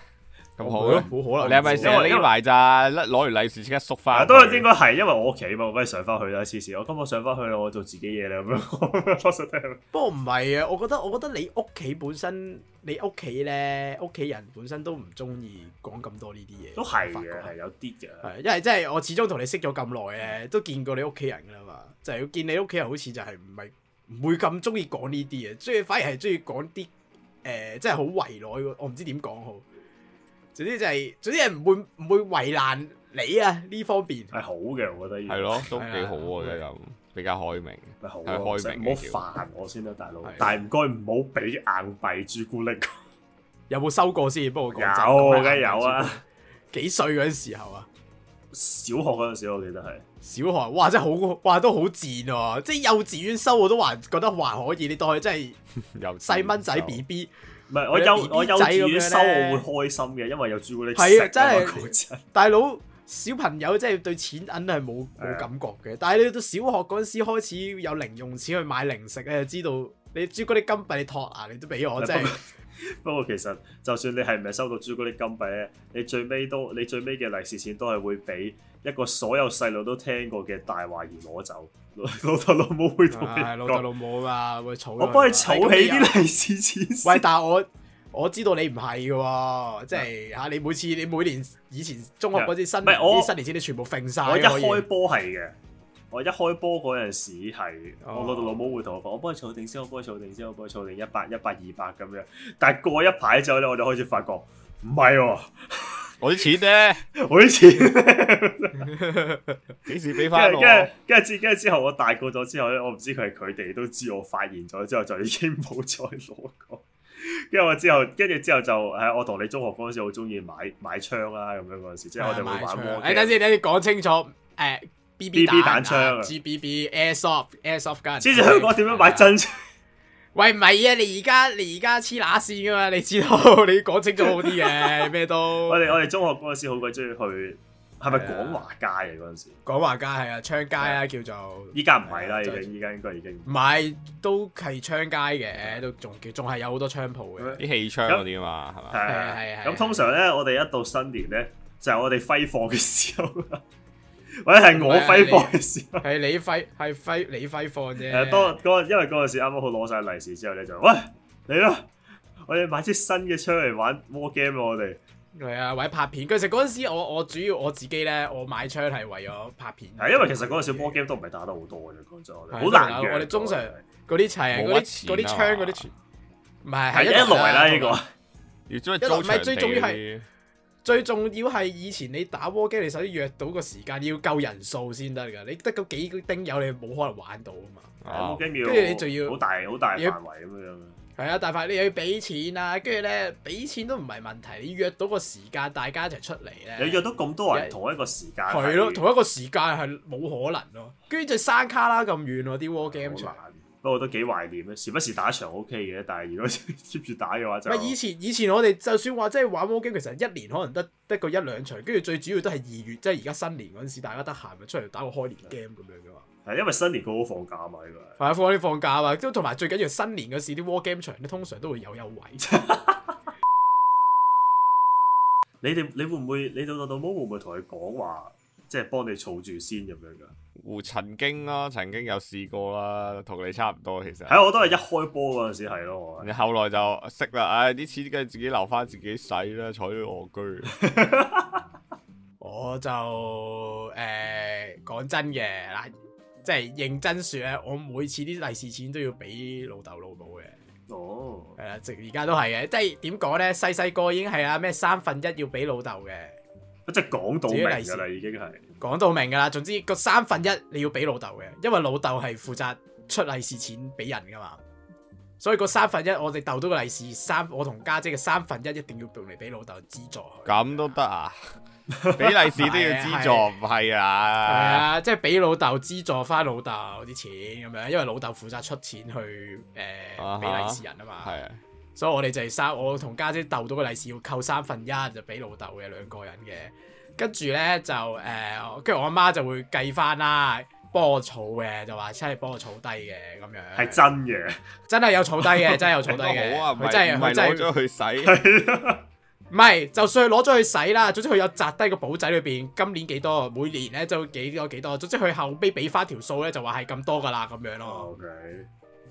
Speaker 2: 咁好咧？
Speaker 3: 好可能。
Speaker 2: 你係咪成
Speaker 1: 因
Speaker 2: 日
Speaker 1: 為
Speaker 2: 匿埋咋？甩攞完利是即刻縮
Speaker 1: 啊
Speaker 2: 翻。
Speaker 1: 當然應該係因為我屋企嘛，我梗係上翻去啦，黐線，我今日上翻去啦，我做自己嘢啦咁樣，我實 聽。
Speaker 3: 不過唔係啊，我覺得我覺得你屋企本身，你屋企咧，屋企人本身都唔中意講咁多呢啲嘢。
Speaker 1: 都係
Speaker 3: 我發
Speaker 1: 嘅，
Speaker 3: 覺
Speaker 1: 係有啲嘅。
Speaker 3: 係，因為真係我始終同你識咗咁耐咧，都見過你屋企人噶啦嘛，就係、要見你屋企人好似就係唔係唔會咁中意講呢啲嘢，中意反而係中意講啲誒，即係好為內喎，我唔知點講好。總之就係、總之係唔會唔會為難你啊呢方面。
Speaker 1: 係好嘅，我覺得呢個
Speaker 2: 係，
Speaker 3: 啊
Speaker 2: 咯，都幾好喎，真係咁
Speaker 3: 嗯
Speaker 2: 比較開明。
Speaker 1: 咪好
Speaker 2: 係
Speaker 1: 咯，
Speaker 2: 開明
Speaker 1: 唔
Speaker 2: 嘅
Speaker 1: 好煩我先啦，大佬
Speaker 3: 係。
Speaker 1: 但係唔該唔好俾硬幣朱古力。
Speaker 3: 有冇收過先？不過
Speaker 1: 有，
Speaker 3: 講真
Speaker 1: 梗係有！
Speaker 3: 講下
Speaker 1: 啊！
Speaker 3: 幾歲嗰陣時候啊？
Speaker 1: 小學嗰陣時，我記得係
Speaker 3: 小學哇，真係好哇，都好賤喎、即係幼稚園收我都還覺得還可以，你當佢真係
Speaker 2: 又
Speaker 1: 嗯
Speaker 3: 細蚊仔 B B。
Speaker 1: 唔係我幼
Speaker 3: 有啲
Speaker 1: 我幼
Speaker 3: 仔
Speaker 1: 稚園
Speaker 3: 咁樣
Speaker 1: 收
Speaker 3: 呢
Speaker 1: 我會開心嘅，因為有朱古力食
Speaker 3: 係
Speaker 1: 啊
Speaker 3: 啊
Speaker 1: 嘛
Speaker 3: 真係
Speaker 1: 嗰陣
Speaker 3: 大佬小朋友真係對錢銀係冇
Speaker 1: 啊
Speaker 3: 冇感覺嘅，但係你到小學嗰陣時開始有零用錢去買零食咧，就知道你朱古力金幣你托牙你都俾我，
Speaker 1: 係
Speaker 3: 真係
Speaker 1: 不過其實就算你係咪收到朱古力金幣咧，你最尾都你最尾嘅利是錢都係會俾一個所有細路都聽過嘅大話而攞走。老豆老母會同你
Speaker 3: 唉老豆
Speaker 1: 講，
Speaker 3: 老母啊嘛，會儲
Speaker 1: 啊我幫你
Speaker 3: 佢
Speaker 1: 儲起。
Speaker 3: 嘛係咁你又
Speaker 1: 啲利是錢先。
Speaker 3: 喂，但係我我知道你唔係嘅喎，即係嚇你每次你每年以前中學嗰啲新
Speaker 1: 啊唔係我
Speaker 3: 啲新年錢你全部揈晒
Speaker 1: 我一
Speaker 3: 嘅，可以
Speaker 1: 開波係嘅，我一開波嗰陣時係，
Speaker 3: 哦
Speaker 1: 我老豆老母會同我講，我幫你儲定先，我幫你儲定先，我幫你儲定一百、一百、二百咁樣。但係過一排之後咧，我就開始發覺唔係喎，
Speaker 2: 我啲錢咧
Speaker 1: 我啲錢呢，
Speaker 2: 幾時俾翻
Speaker 1: 跟住
Speaker 2: 我？
Speaker 1: 跟住跟住之跟住之後，我大個咗之後咧，我唔知佢係佢哋都知我發現咗之後，就已經冇再攞過。跟住我之後，跟住之後就係我同你中學嗰陣時好中意買買槍啦，咁樣嗰陣時，即係我哋會玩
Speaker 3: 誒
Speaker 1: war
Speaker 3: 啊哎等陣
Speaker 1: game。
Speaker 3: 先，等陣講清楚誒 B B
Speaker 1: BB
Speaker 3: 彈
Speaker 1: 彈槍啊
Speaker 3: G B B airsoft airsoft 間。
Speaker 1: 之前香港點樣買真槍？
Speaker 3: 喂，唔係啊！你而家你而家黐乸線噶嘛？你知道 你講清楚好啲 嘅，咩都
Speaker 1: 我哋我哋中學嗰陣時好鬼中意去，係咪廣華街啊嗰陣時？
Speaker 3: 講話街係啊，槍街啦叫做，
Speaker 1: 依家唔係啦，已
Speaker 3: 係啊
Speaker 1: 經依家應該已經。
Speaker 3: 唔係都係槍街嘅，都仲仲係有好多槍鋪嘅。
Speaker 2: 啲氣槍嗰啲啊嘛，係嘛？
Speaker 1: 係
Speaker 3: 啊係啊係啊
Speaker 1: 咁通常咧，我哋一到新年咧，就係我哋揮霍嘅時候啦， 或者係我揮霍嘅時候。
Speaker 3: 係你揮係揮你揮放啫。
Speaker 1: 誒，呃當嗰因為嗰陣時啱啱好攞晒利是之後咧，就喂你啦，我哋買支新嘅槍嚟玩 war game 啦，我哋
Speaker 3: 係啊，或者拍片。其實嗰陣時我我主要我自己咧，我買槍係為咗拍片。
Speaker 1: 係因為其實嗰陣時 war game 都唔係打得好多嘅，講真，我哋
Speaker 3: 係
Speaker 1: 好難啊嘅。
Speaker 3: 我哋通常
Speaker 1: 係
Speaker 3: 嗰啲齊
Speaker 2: 冇
Speaker 3: 嗰
Speaker 2: 乜
Speaker 3: 啲
Speaker 2: 錢
Speaker 3: 嗰啲
Speaker 2: 啊嘛
Speaker 3: 槍嗰啲全唔係啊
Speaker 1: 係一來啦呢
Speaker 3: 個。
Speaker 1: 個，
Speaker 2: 要中意
Speaker 3: 一
Speaker 2: 租
Speaker 3: 路唔
Speaker 2: 場
Speaker 3: 係
Speaker 2: 地
Speaker 3: 最重要
Speaker 2: 嗰
Speaker 3: 係
Speaker 2: 啲。
Speaker 3: 最重要係以前你打 war game，你首先約到個時間要夠人數先得㗎，你得嗰幾個丁友你冇可能玩到啊嘛。
Speaker 2: 啊
Speaker 1: war game
Speaker 3: 跟住你仲
Speaker 1: 要
Speaker 3: 要
Speaker 1: 好大好大
Speaker 3: 要
Speaker 1: 範圍咁樣。
Speaker 3: 係啊，大塊你又要俾錢啊，跟住咧俾錢都唔係問題，你約到個時間大家一齊出嚟咧，
Speaker 1: 你約到咁多人同一個時間係，
Speaker 3: 係咯，同一個時間係冇可能咯，跟住就山卡拉咁遠喎啲 war game 場
Speaker 1: 好。難不過都幾懷念咧，啊時不時打一場 O K 嘅，但 係如果接住打嘅話就
Speaker 3: 唔係以前以前我哋就算話即係玩 war game，其實一年可能得得個一兩場，跟住最主要都係二月，即係而家新年嗰陣時，大家得閒咪出嚟打個開年 game 咁樣噶嘛。
Speaker 1: 係因為新年佢好放假啊嘛，呢個係
Speaker 3: 係啊，放啲放假啊嘛，都同埋最緊要新年嗰時啲 war game 場咧，通常都會有優惠。
Speaker 1: 你哋你會唔會你老豆老母會唔會同佢講話，即係幫你儲住先咁樣㗎？
Speaker 2: 胡曾經啦，曾經有試過啦，同你差唔多其實。
Speaker 1: 係啊我都係一開波嗰陣時係咯，我係
Speaker 2: 你後來就識啦，唉、啲錢梗係自己留翻自己使啦，睬你戇居。
Speaker 3: 我就誒講、真嘅嗱，即係認真説咧，我每次啲利是錢都要俾老豆老母嘅，
Speaker 1: 哦，
Speaker 3: 係啦，直而家都係嘅。即係點講咧？細細個已經係啊咩三分一要俾老豆嘅，
Speaker 1: 即係講到明
Speaker 3: 自己
Speaker 1: 㗎
Speaker 3: 利
Speaker 1: 啦，已經係
Speaker 3: 講到明㗎啦。總之個三分一你要俾老豆嘅，因為老豆係負責出利是錢俾人㗎嘛。所以個三分一我哋鬥到個利是三，我同家姐嘅三分一一定要用嚟俾老豆資助佢。
Speaker 2: 咁都得 啊？俾利是都要資助，唔係
Speaker 3: 係
Speaker 2: 啊？
Speaker 3: 啊，即係俾老豆資助翻老豆啲錢咁樣，因為老豆負責出錢去
Speaker 2: 啊哈
Speaker 3: 誒俾利是人啊嘛，
Speaker 2: 係啊，
Speaker 3: 所以我哋就係三，我同家姐鬥到個利是要扣三分一就俾老豆嘅兩個人嘅，跟住咧就誒，呃跟、住我阿媽就會計翻啦，幫我儲嘅就話真係幫我儲低嘅咁樣，
Speaker 1: 係真嘅，
Speaker 3: 真係有儲低嘅，真係有儲低嘅，
Speaker 2: 好啊，唔
Speaker 3: 佢真
Speaker 2: 係
Speaker 3: 係
Speaker 2: 唔
Speaker 3: 佢
Speaker 2: 係
Speaker 3: 真
Speaker 2: 攞
Speaker 3: 係
Speaker 2: 咗去使。
Speaker 3: 唔係，就算佢攞咗去洗啦，總之佢有擲低個簿仔裏邊，今年幾多，每年咧就幾多幾多，總之佢後尾俾翻條數咧就話係咁多噶啦咁樣咯。
Speaker 1: O K。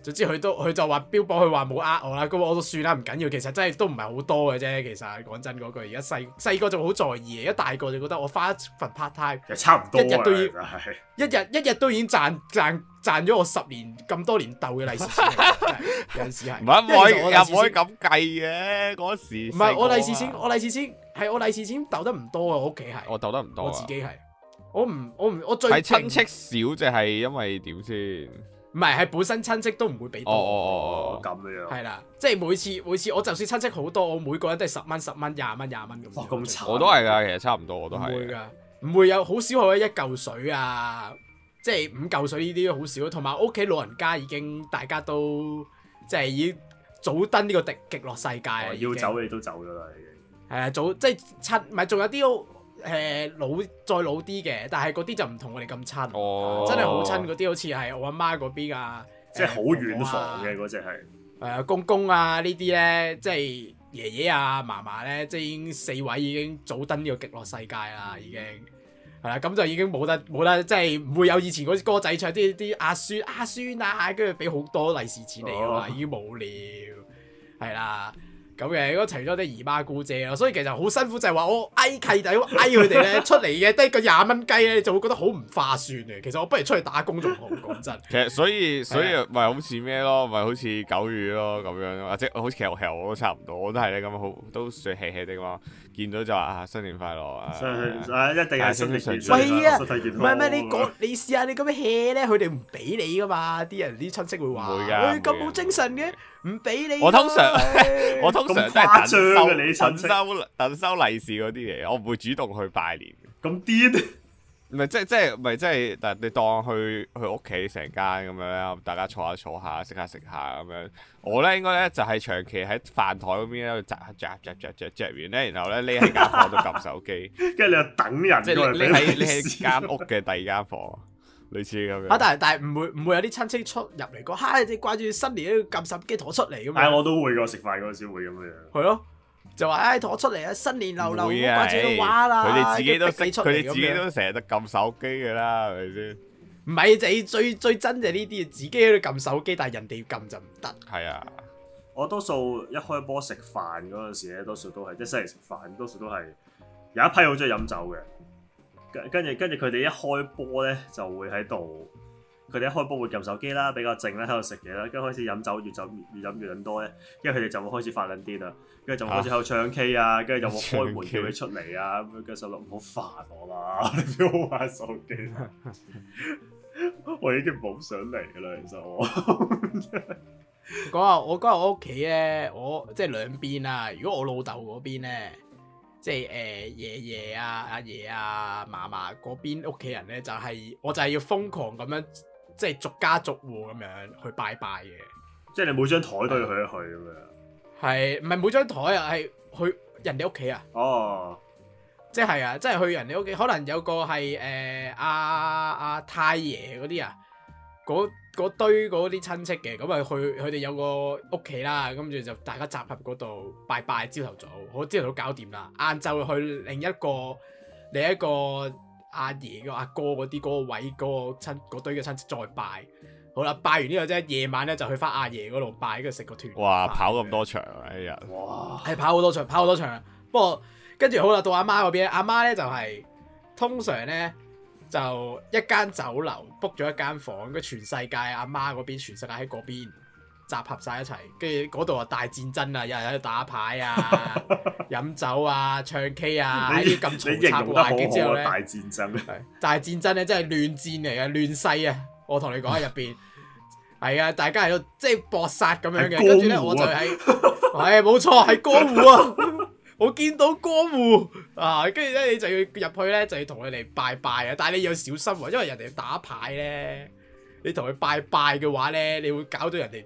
Speaker 3: 總之佢都佢就話標榜佢話冇呃我啦，咁我都算啦，唔緊要，其實真係都唔係好多嘅啫。其實講真嗰句，而家細細個就好在意，而家大個就覺得我翻一份 part time，
Speaker 1: 其實差唔多
Speaker 3: 一日都要
Speaker 1: 啊係
Speaker 3: 一日一日都已經賺賺賺咗我十年咁多年鬥嘅利是錢嚟嘅，真係有陣時係
Speaker 2: 唔係唔可以
Speaker 3: 因為其實
Speaker 2: 又
Speaker 3: 我利
Speaker 2: 唔可以
Speaker 3: 是先
Speaker 2: 咁啊計嘅，嗰時啊
Speaker 3: 唔係我利是
Speaker 2: 先
Speaker 3: 錢，，我利是錢係我利是錢鬥得唔多啊，我屋企係。
Speaker 2: 我鬥得唔多
Speaker 3: 我
Speaker 2: 啊。
Speaker 3: 自己係，我唔我唔我最
Speaker 2: 係
Speaker 3: 勁
Speaker 2: 親戚，少就係哎因為點先？
Speaker 3: 唔係係本身親戚都唔會俾
Speaker 2: 哦
Speaker 3: 多，
Speaker 1: 哦
Speaker 2: 哦哦哦，
Speaker 1: 咁樣，
Speaker 3: 係啦，即係每次每次我就算親戚好多，我每個人都係十蚊十蚊廿蚊廿蚊咁樣。
Speaker 1: 哇咁慘
Speaker 2: 我都係㗎，其實差唔多，我
Speaker 3: 我
Speaker 2: 都
Speaker 3: 唔會
Speaker 2: 係。
Speaker 3: 㗎，唔會有好少可以一嚿水啊，即係五嚿水呢啲都好少，同埋我屋企老人家已經大家都即係已經早登呢個極極樂世界啊，
Speaker 1: 哦
Speaker 3: 已經
Speaker 1: 要走你都走咗啦，已經。
Speaker 3: 係啊，早即係親，唔係仲有啲誒、老再老啲嘅，但係嗰啲就唔同我哋咁親，
Speaker 2: 哦
Speaker 3: 真係好親嗰啲，好似係我阿媽嗰邊啊，
Speaker 1: 即係好遠
Speaker 3: 誒
Speaker 1: 房嘅，嗰只係，
Speaker 3: 婆婆啊誒公公啊呢啲咧，即係爺爺啊嫲嫲咧，即係已經四位已經早登呢個極樂世界啦，已經。係啦，咁就已經冇得冇得，即係唔會有以前嗰啲歌仔唱啲啲阿孫阿孫啊，跟住俾好多利是錢你噶
Speaker 1: 哦
Speaker 3: 嘛，已經冇了，係啦。咁嘅，咁除咗啲姨媽姑姐咯，所以其實好辛苦，就係話我嗌契弟，我嗌佢哋咧出嚟嘅得個廿蚊雞咧，你就會覺得好唔化算嘅。其實我不如出去打工仲好，講真。
Speaker 2: 其實所
Speaker 3: 啊
Speaker 2: 以所以咪好似咩咯，咪好似狗語咯咁樣咯，或者好似其實其實我都差唔多，我都係咧咁好都算 hea hea 地嘛，見到就話啊新年快樂啊，
Speaker 1: 所以啊一定係身體健康，
Speaker 3: 喂啊
Speaker 1: 身體健
Speaker 3: 唔
Speaker 1: 康。哦
Speaker 3: 係唔係，你講你試下你咁樣 hea 咧，佢哋唔俾你噶嘛？啲人啲親戚會話：，
Speaker 2: 唔會㗎
Speaker 3: 喂
Speaker 2: 唔會㗎
Speaker 3: 咁冇精神嘅，唔俾你㗎。
Speaker 2: 我通常
Speaker 3: 哎
Speaker 2: 我通常都係
Speaker 1: 咁誇張嘅
Speaker 2: 等
Speaker 1: 你
Speaker 2: 收
Speaker 1: 親
Speaker 2: 等
Speaker 1: 戚
Speaker 2: 收等收利是嗰啲嘢，我唔會主動去拜年。
Speaker 1: 咁癲，
Speaker 2: 唔係即係即係唔係即係，但你當去去屋企成間咁樣啦，大家坐下坐下，食下食下咁樣。我咧應該咧就係、長期喺飯台嗰邊咧，夾夾夾夾夾夾完咧，然後咧匿喺間房度撳手機，
Speaker 1: 跟住你又等人
Speaker 2: 即
Speaker 1: 過
Speaker 2: 係
Speaker 1: 嚟
Speaker 2: 你
Speaker 1: 俾
Speaker 2: 你喺
Speaker 1: 利
Speaker 2: 你
Speaker 1: 是
Speaker 2: 喺間屋嘅第二間房，類似咁
Speaker 3: 啊！
Speaker 2: 樣。
Speaker 3: 但係但係唔會唔會有啲親戚出入嚟講，嗨！你掛住新年喺度撳手機同我出嚟咁
Speaker 1: 唉，
Speaker 3: 樣，
Speaker 1: 我都會噶，食飯嗰陣時會咁樣。
Speaker 3: 係咯，就話唉同我出嚟啊！新年流流，唔好
Speaker 2: 會啊！
Speaker 3: 掛住
Speaker 2: 唉
Speaker 3: 啲畫啦，
Speaker 2: 佢哋自己都識，
Speaker 3: 跟住
Speaker 2: 佢
Speaker 3: 逼
Speaker 2: 哋
Speaker 3: 你出嚟咁樣
Speaker 2: 自己都成日都撳手機㗎啦，係咪先？
Speaker 3: 唔係就係最最真就係呢啲，自己喺度撳手機，但係人哋撳就唔得。
Speaker 2: 係啊，
Speaker 1: 我多數一開波食飯嗰陣時咧，多數都係即係星期食飯，多數都係有一批好中意飲酒嘅。跟跟住跟住佢哋一開波咧，就會喺度，佢哋一開波會撳手機啦，比較靜啦，喺度食嘢啦，跟住開始飲酒，越酒越飲越飲多咧，跟住佢哋就會開始發撚癲啦，跟住就會開始喺度唱 K 啊，跟住就會開門叫佢出嚟啊，咁樣跟住就諗唔好煩我啦， 你俾我玩手機啦，我已經冇想嚟噶啦，其實我。
Speaker 3: 嗰日我嗰日我屋企咧，我即係兩邊啊。如果我老豆嗰邊咧，即係誒、呃爺爺啊、阿爺啊、嫲嫲嗰邊屋企人咧，就係、我就係要瘋狂咁樣，即係逐家逐户咁樣去拜拜嘅。
Speaker 1: 即係你每張台都要去一去咁樣。
Speaker 3: 係唔係每張台啊？係去人哋屋企啊？
Speaker 1: 哦，
Speaker 3: 即係啊，即係去人哋屋企，可能有個係誒阿阿太爺嗰啲啊，嗰嗰堆嗰啲親戚嘅，咁啊去佢哋有個屋企啦，跟住就大家集合嗰度拜拜，朝頭早，好朝頭早搞掂啦，晏晝去另一個另一個阿爺個阿哥嗰啲嗰個位嗰、個親嗰堆嘅親戚再拜，好啦，拜完呢個啫，夜晚咧就去翻阿爺嗰度拜，跟住食個團。
Speaker 2: 哇，跑咁多場啊！一日
Speaker 1: 哇，
Speaker 3: 係跑好多場，跑好多場。不過跟住好啦，到阿媽嗰邊，阿媽咧就係、通常咧就一間酒樓 book 咗一間房，跟住全世界阿媽嗰邊，全世界喺嗰邊集合晒一齊，跟住嗰度啊大戰爭啊，有人喺度打牌啊、飲酒啊、唱 K 啊，喺
Speaker 1: 你
Speaker 3: 啲咁
Speaker 1: 你
Speaker 3: 嘈
Speaker 1: 形
Speaker 3: 雜
Speaker 1: 容
Speaker 3: 嘅
Speaker 1: 得好
Speaker 3: 環境之
Speaker 1: 好
Speaker 3: 後
Speaker 1: 啊！
Speaker 3: 咧。
Speaker 1: 大戰爭
Speaker 3: 係但係戰爭咧，真係亂戰嚟嘅，亂世啊！我同你講喺入 邊，係啊，大家喺度即係搏殺咁樣嘅，
Speaker 1: 係
Speaker 3: 跟住咧
Speaker 1: 江湖啊
Speaker 3: 我就喺，係冇錯，係江湖 啊！我見到江湖啊，跟住咧你就要入去咧，就要同佢哋拜拜啊！但係你要小心喎，因為人哋打牌咧，你同佢拜拜嘅話咧，你會搞到人哋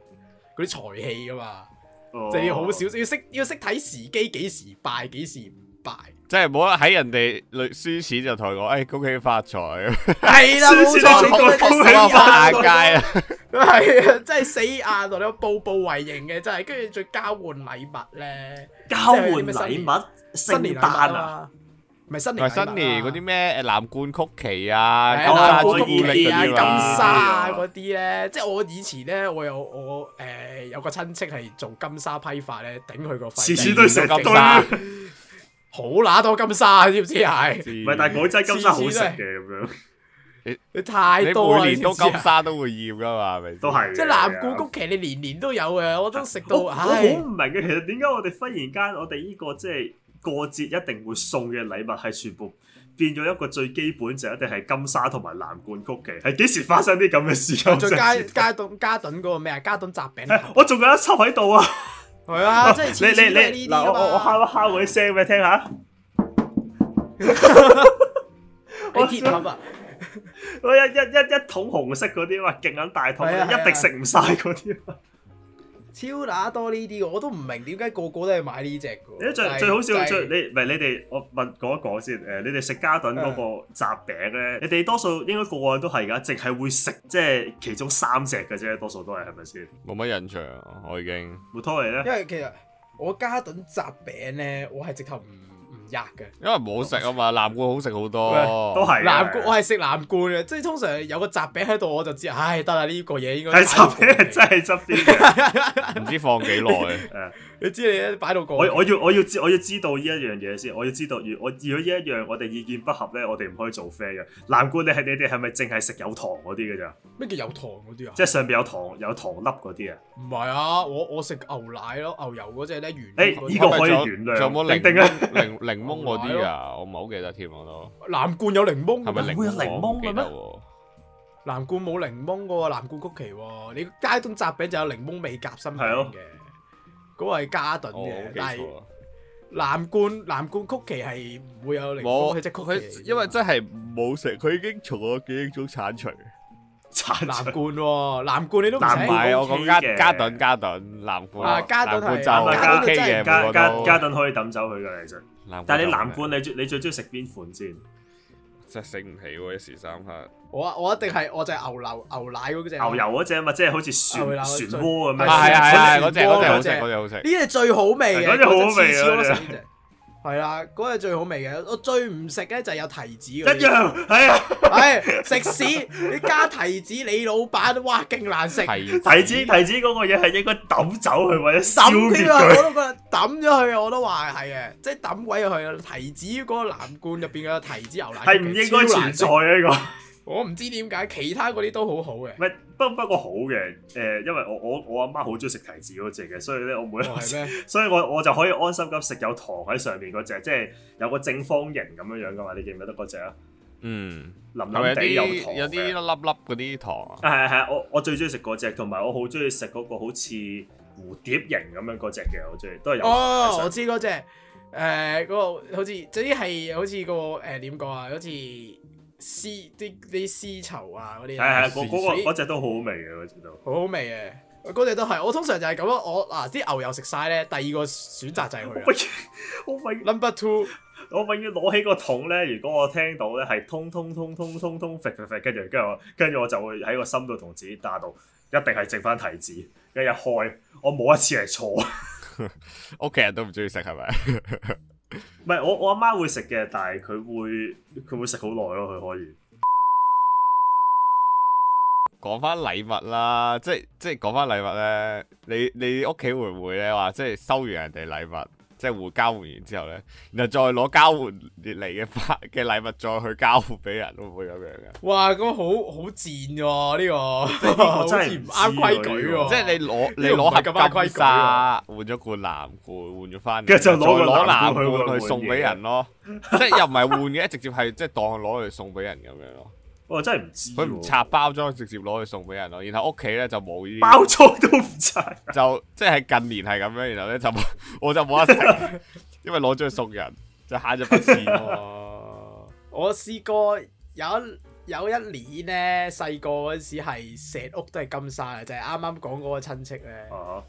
Speaker 3: 嗰啲財氣噶嘛，
Speaker 1: 哦
Speaker 3: 就要好小心，要識要識睇時機，幾時 拜，幾時唔拜。
Speaker 2: 即係冇得喺人哋累輸錢就同佢講，誒恭喜發財，
Speaker 3: 係啦，冇
Speaker 1: 輸錢
Speaker 3: 錯，
Speaker 1: 你
Speaker 3: 你
Speaker 1: 仲
Speaker 3: 講
Speaker 1: 要
Speaker 3: 得
Speaker 1: 恭喜發
Speaker 2: 我
Speaker 3: 死
Speaker 1: 財
Speaker 3: 啊
Speaker 2: 發下街啊！
Speaker 3: 係啊，真係死硬同你講步步為營嘅，真係跟住再交換禮物咧，
Speaker 1: 交換禮物，聖
Speaker 3: 新年禮物
Speaker 1: 誕啊！
Speaker 3: 啊嘛，唔係新
Speaker 2: 同埋
Speaker 3: 年禮物啊
Speaker 2: 新年嗰啲，咩誒藍罐曲奇啊、
Speaker 3: 係
Speaker 2: 金
Speaker 1: 啊
Speaker 2: 沙
Speaker 3: 啊，
Speaker 1: 藍
Speaker 2: 朱
Speaker 1: 罐
Speaker 2: 古
Speaker 3: 古
Speaker 1: 曲
Speaker 2: 力
Speaker 1: 奇
Speaker 3: 力啊、
Speaker 2: 嗰
Speaker 3: 金
Speaker 2: 啲嘛
Speaker 3: 沙啊嗰啲咧，即係我以前咧，我有我誒有個親戚係做金沙批發咧，頂佢個肺，
Speaker 1: 次次都成
Speaker 2: 金
Speaker 1: 堆
Speaker 2: 沙，
Speaker 3: 好乸多金沙，知唔知係？
Speaker 1: 唔係，但係嗰真金沙好食嘅咁樣，
Speaker 3: 你太
Speaker 2: 你
Speaker 3: 多啦，
Speaker 2: 每年都金
Speaker 3: 知唔知啊
Speaker 2: 沙都會厭噶嘛，係咪先？
Speaker 1: 都係嘅
Speaker 3: 即係藍罐曲奇，你年年都有嘅，我都食到，
Speaker 1: 我我好
Speaker 3: 唉
Speaker 1: 唔。明嘅，其實點解我哋忽然間我哋呢個即係過節一定會送嘅禮物係全部變咗一個最基本就一定係金沙同埋藍罐曲奇，係幾時發生啲咁嘅事 啊？
Speaker 3: 再
Speaker 1: 真
Speaker 3: 加
Speaker 1: 係
Speaker 3: 加頓加頓嗰個咩啊？加頓雜餅
Speaker 1: 係我仲有一輯喺度啊！
Speaker 3: 係啊，即係次
Speaker 1: 你
Speaker 3: 次都係
Speaker 1: 你
Speaker 3: 呢
Speaker 1: 你
Speaker 3: 啲
Speaker 1: 嗱，我
Speaker 3: 㗎
Speaker 1: 我我
Speaker 3: 嘛
Speaker 1: 敲一敲嗰啲聲俾你聽下。
Speaker 3: 你鐵盒啊，
Speaker 1: 我一一一一桶紅色嗰啲，哇，勁撚大桶，
Speaker 3: 係啊係啊
Speaker 1: 一定食唔晒嗰 啲。
Speaker 3: 超乸多呢啲嘅，我都唔明點解個個都係買呢只嘅。
Speaker 1: 你最最好笑最你唔係你哋，我問講一講先。誒、你哋食嘉頓
Speaker 3: 嗯
Speaker 1: 嗰個雜餅咧，你哋多數應該個個都係㗎，淨係會食即係其中三隻嘅啫，多數都係係咪先？
Speaker 2: 冇乜印象，我已經。
Speaker 1: 冇拖你咧，
Speaker 3: 因為其實我加頓雜餅咧，我係直頭唔唔入嘅。
Speaker 2: 因為冇食啊嘛，南罐好食好
Speaker 1: 喂
Speaker 2: 多，
Speaker 1: 都係啊
Speaker 3: 藍罐我
Speaker 1: 係
Speaker 3: 係食藍罐嘅，即係通常有個雜餅喺度我就知，啊唉得啦呢個嘢應 該。
Speaker 1: 係雜餅係真係側邊 嘅。
Speaker 2: 唔知放幾耐。
Speaker 1: 誒，
Speaker 3: 你知你擺到個。
Speaker 1: 我我要我要知我要知道呢一樣嘢先，我要知道如我如果呢一樣我哋意見不合咧，我哋唔可以做 friend 嘅。藍罐你係你哋係咪淨係食有糖嗰啲嘅咋？
Speaker 3: 咩叫有糖嗰啲啊？
Speaker 1: 即係上邊有糖有糖粒嗰啲啊？
Speaker 3: 唔係啊，我我食牛奶咯，牛油嗰只咧原。
Speaker 1: 誒呢個可以
Speaker 2: 仲有
Speaker 1: 原諒
Speaker 2: 仲有冇檸
Speaker 1: 定定啊
Speaker 2: 檬檸檸檬嗰啲啊？我唔係好記得添，我都
Speaker 3: 藍罐有檸檬㗎
Speaker 2: 係咪
Speaker 3: 咩
Speaker 2: 檸
Speaker 1: 會有
Speaker 2: 檬？
Speaker 1: 檸
Speaker 2: 我唔
Speaker 1: 檬
Speaker 2: 記
Speaker 1: 嘅
Speaker 2: 得
Speaker 1: 咩
Speaker 2: 喎。
Speaker 3: 藍罐冇檸檬嘅喎，藍罐曲奇喎，你加頓雜餅就有檸檬味夾心
Speaker 1: 係
Speaker 3: 餅
Speaker 1: 咯哦
Speaker 3: 嘅，嗰個係加頓
Speaker 2: 我
Speaker 3: 嘅
Speaker 2: 記，
Speaker 3: 呃但係
Speaker 2: 錯啊。
Speaker 3: 藍罐藍罐曲奇係唔會有檸檬，
Speaker 2: 冇
Speaker 3: 佢只曲
Speaker 2: 佢
Speaker 3: 奇嚟㗎嘛，
Speaker 2: 因為真係冇食，佢已經從我記憶中剷除。唔
Speaker 1: 殘
Speaker 3: 藍罐喎，藍罐你都唔
Speaker 1: 藍罐
Speaker 3: 使
Speaker 2: 係，
Speaker 1: 係
Speaker 2: 我
Speaker 1: OK
Speaker 2: 講加
Speaker 1: 嘅
Speaker 2: 加頓加頓南
Speaker 3: 啊
Speaker 2: 罐，
Speaker 3: 加
Speaker 2: 南
Speaker 3: 頓係
Speaker 2: 罐就
Speaker 3: 加
Speaker 1: 頓係
Speaker 2: OK
Speaker 3: 真
Speaker 2: 嘅，
Speaker 3: 係
Speaker 1: 加
Speaker 2: 每個
Speaker 1: 加
Speaker 2: 都
Speaker 1: 加頓可以抌走佢㗎，
Speaker 3: 嗯
Speaker 1: 其實。但係你藍罐，你最你最中意食邊款先？
Speaker 2: 真係醒唔起喎，一時三刻。
Speaker 3: 我我一定係我就係牛牛牛奶嗰只啊
Speaker 1: 牛油嗰只啊嘛，即係好似旋
Speaker 3: 牛油啊
Speaker 1: 漩
Speaker 3: 最
Speaker 1: 渦咁
Speaker 3: 係
Speaker 2: 啊係
Speaker 1: 樣。
Speaker 2: 係係嗰只嗰只好
Speaker 3: 嗰
Speaker 2: 食
Speaker 3: 隻
Speaker 2: 嗰只好食。
Speaker 3: 呢只最好味嘅，
Speaker 1: 嗰隻好好味啊
Speaker 3: 嗰隻
Speaker 1: 嗰隻
Speaker 3: 次次都食呢隻。係啦，嗰隻最好味嘅，我最唔食咧就係有提子嗰啲。
Speaker 1: 一樣，係啊！
Speaker 3: 唉，食屎！你加提子，你老闆哇勁難食。
Speaker 2: 提
Speaker 1: 提 子提子嗰個嘢係應該抌走佢或者消
Speaker 3: 抌
Speaker 1: 滅
Speaker 3: 佢啊！
Speaker 1: 佢。
Speaker 3: 我都覺得抌咗佢啊！我都話係嘅，即係抌鬼咗佢啊！提子嗰個藍罐入邊嘅提子牛奶
Speaker 1: 係唔應該
Speaker 3: 超
Speaker 1: 存
Speaker 3: 難食
Speaker 1: 在嘅呢個，
Speaker 3: 我唔知點解，其他嗰啲都好好嘅
Speaker 1: 唔。係不不過好嘅，誒，因為我我我阿媽好中意食提子嗰只嘅，所以咧我每一
Speaker 3: 哦，
Speaker 1: 次
Speaker 3: 係咩？
Speaker 1: 所以我我就可以安心咁食有糖喺上面嗰只，即係有個正方形咁樣樣噶嘛，你記唔記得嗰只啊？
Speaker 2: 嗯，
Speaker 1: 淋
Speaker 2: 係咪
Speaker 1: 淋
Speaker 2: 有
Speaker 1: 地有
Speaker 2: 啲
Speaker 1: 糖啊
Speaker 2: 有啲
Speaker 1: 嘅。
Speaker 2: 粒粒嗰啲糖啊？
Speaker 1: 啊係係，我我最中意食嗰只，同埋我好中意食嗰個好似蝴蝶形咁樣嗰只嘅，我中意都係有糖嘅
Speaker 3: 哦，
Speaker 1: 上
Speaker 3: 我
Speaker 1: 面。
Speaker 3: 知嗰只，誒、嗰、個好似，總之係好似個誒點講啊，好似絲啲啲絲綢啊嗰啲，
Speaker 1: 係係嗰嗰
Speaker 3: 水
Speaker 1: 個嗰只都好好味嘅嗰只都。
Speaker 3: 好好味嘅。嗰只都係，我通常就係咁咯。我嗱啲牛油食晒咧，第二個選擇就係
Speaker 1: 我
Speaker 3: 佢
Speaker 1: 永
Speaker 3: 啦。
Speaker 1: 遠我永
Speaker 3: Number two，
Speaker 1: 我永遠攞起個桶咧，如果我聽到咧係通通通通通通揈揈揈，跟住跟住我跟住我就會喺個心度同自己打到，一定係剩翻提子。一日開，我冇一次係錯。唔
Speaker 2: 屋企人都唔中意食係咪？
Speaker 1: 係我我阿媽會食嘅，但係佢會佢會食好耐咯，佢可以。
Speaker 2: 講翻禮物啦，即係即係講翻禮物咧，你你屋企會唔會咧話即係收完人哋禮物，即係互交換完之後咧，然後再攞交換嚟嘅花嘅禮物再去交換俾人，會唔會咁樣嘅？
Speaker 3: 哇，咁好好賤喎呢個，
Speaker 1: 個
Speaker 3: 好
Speaker 1: 真係
Speaker 3: 似
Speaker 1: 唔
Speaker 3: 唔啱
Speaker 1: 知喎
Speaker 3: 規矩
Speaker 1: 呢個
Speaker 3: 喎。
Speaker 2: 即係你攞你
Speaker 3: 呢個唔
Speaker 2: 攞
Speaker 3: 係咁啱
Speaker 2: 盒
Speaker 3: 規
Speaker 2: 金
Speaker 3: 矩
Speaker 2: 沙
Speaker 3: 喎
Speaker 2: 換咗罐藍罐，換咗翻嚟，
Speaker 1: 跟住 就攞個
Speaker 2: 再攞
Speaker 1: 藍罐去
Speaker 2: 藍
Speaker 1: 換
Speaker 2: 罐去送俾
Speaker 1: 嘢
Speaker 2: 人咯，即係又唔係換嘅，直接係即係當攞嚟送俾人咁樣咯。
Speaker 1: 我真係唔知喎。
Speaker 2: 佢唔拆包裝，直接攞去送俾人咯。然後屋企咧就冇呢啲
Speaker 1: 包裝都唔拆。
Speaker 2: 就即係近年係咁樣，然後咧就冇 我就冇得食， 因為攞咗去送人，就慳咗筆錢
Speaker 1: 哦
Speaker 2: 喎。
Speaker 3: 我試過有一有一年咧，細個嗰陣時係成屋都係金沙嘅，就係啱啱講嗰個親戚咧，
Speaker 1: 啊！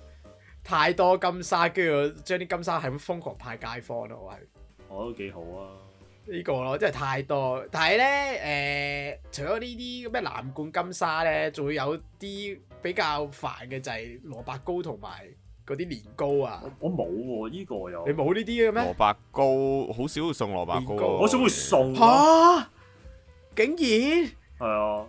Speaker 3: 太多金沙，跟住我將啲金沙係咁瘋狂派街坊咯，我係。
Speaker 1: 我都幾好啊。
Speaker 3: 呢個咯，真係太多。但係咧，誒、除咗呢啲咩藍罐金沙咧，仲會有啲比較煩嘅就係蘿蔔糕同埋嗰啲年糕啊
Speaker 1: 我。我冇喎，依個我有
Speaker 3: 你。冇呢啲嘅
Speaker 2: 蘿
Speaker 3: 咩？
Speaker 2: 蔔糕好少會送蘿蔔糕
Speaker 3: 年糕
Speaker 2: 咯，
Speaker 1: 我總會送
Speaker 3: 嚇、
Speaker 1: 咯，
Speaker 3: 竟然〜
Speaker 1: 係啊，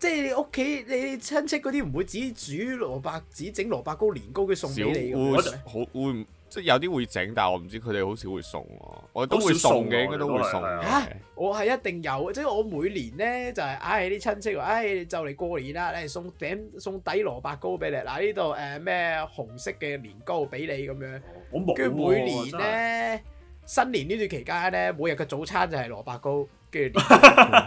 Speaker 3: 即係你屋企你親戚嗰啲唔會自己煮蘿蔔，自己整蘿蔔糕、年糕佢送
Speaker 2: 少
Speaker 3: 俾你
Speaker 2: 會
Speaker 3: 嘅。
Speaker 2: 好會唔即係有啲會整，但係我唔知佢哋好少會送咯。我都
Speaker 1: 好少
Speaker 2: 會送嘅，
Speaker 1: 送
Speaker 2: 應該都
Speaker 1: 我哋
Speaker 2: 會
Speaker 1: 都係
Speaker 2: 送
Speaker 1: 係
Speaker 3: 啊
Speaker 2: 嘅。
Speaker 3: 我係一定有，即係我每年咧就係、唉啲親戚話，唉就嚟過年啦，你送頂送底蘿蔔糕俾你，嗱呢度誒咩紅色嘅年糕俾你咁樣，
Speaker 1: 我冇喎。
Speaker 3: 跟住每
Speaker 1: 真
Speaker 3: 年
Speaker 1: 係
Speaker 3: 咧新年呢段期間咧，每日嘅早餐就係蘿蔔糕， 跟住年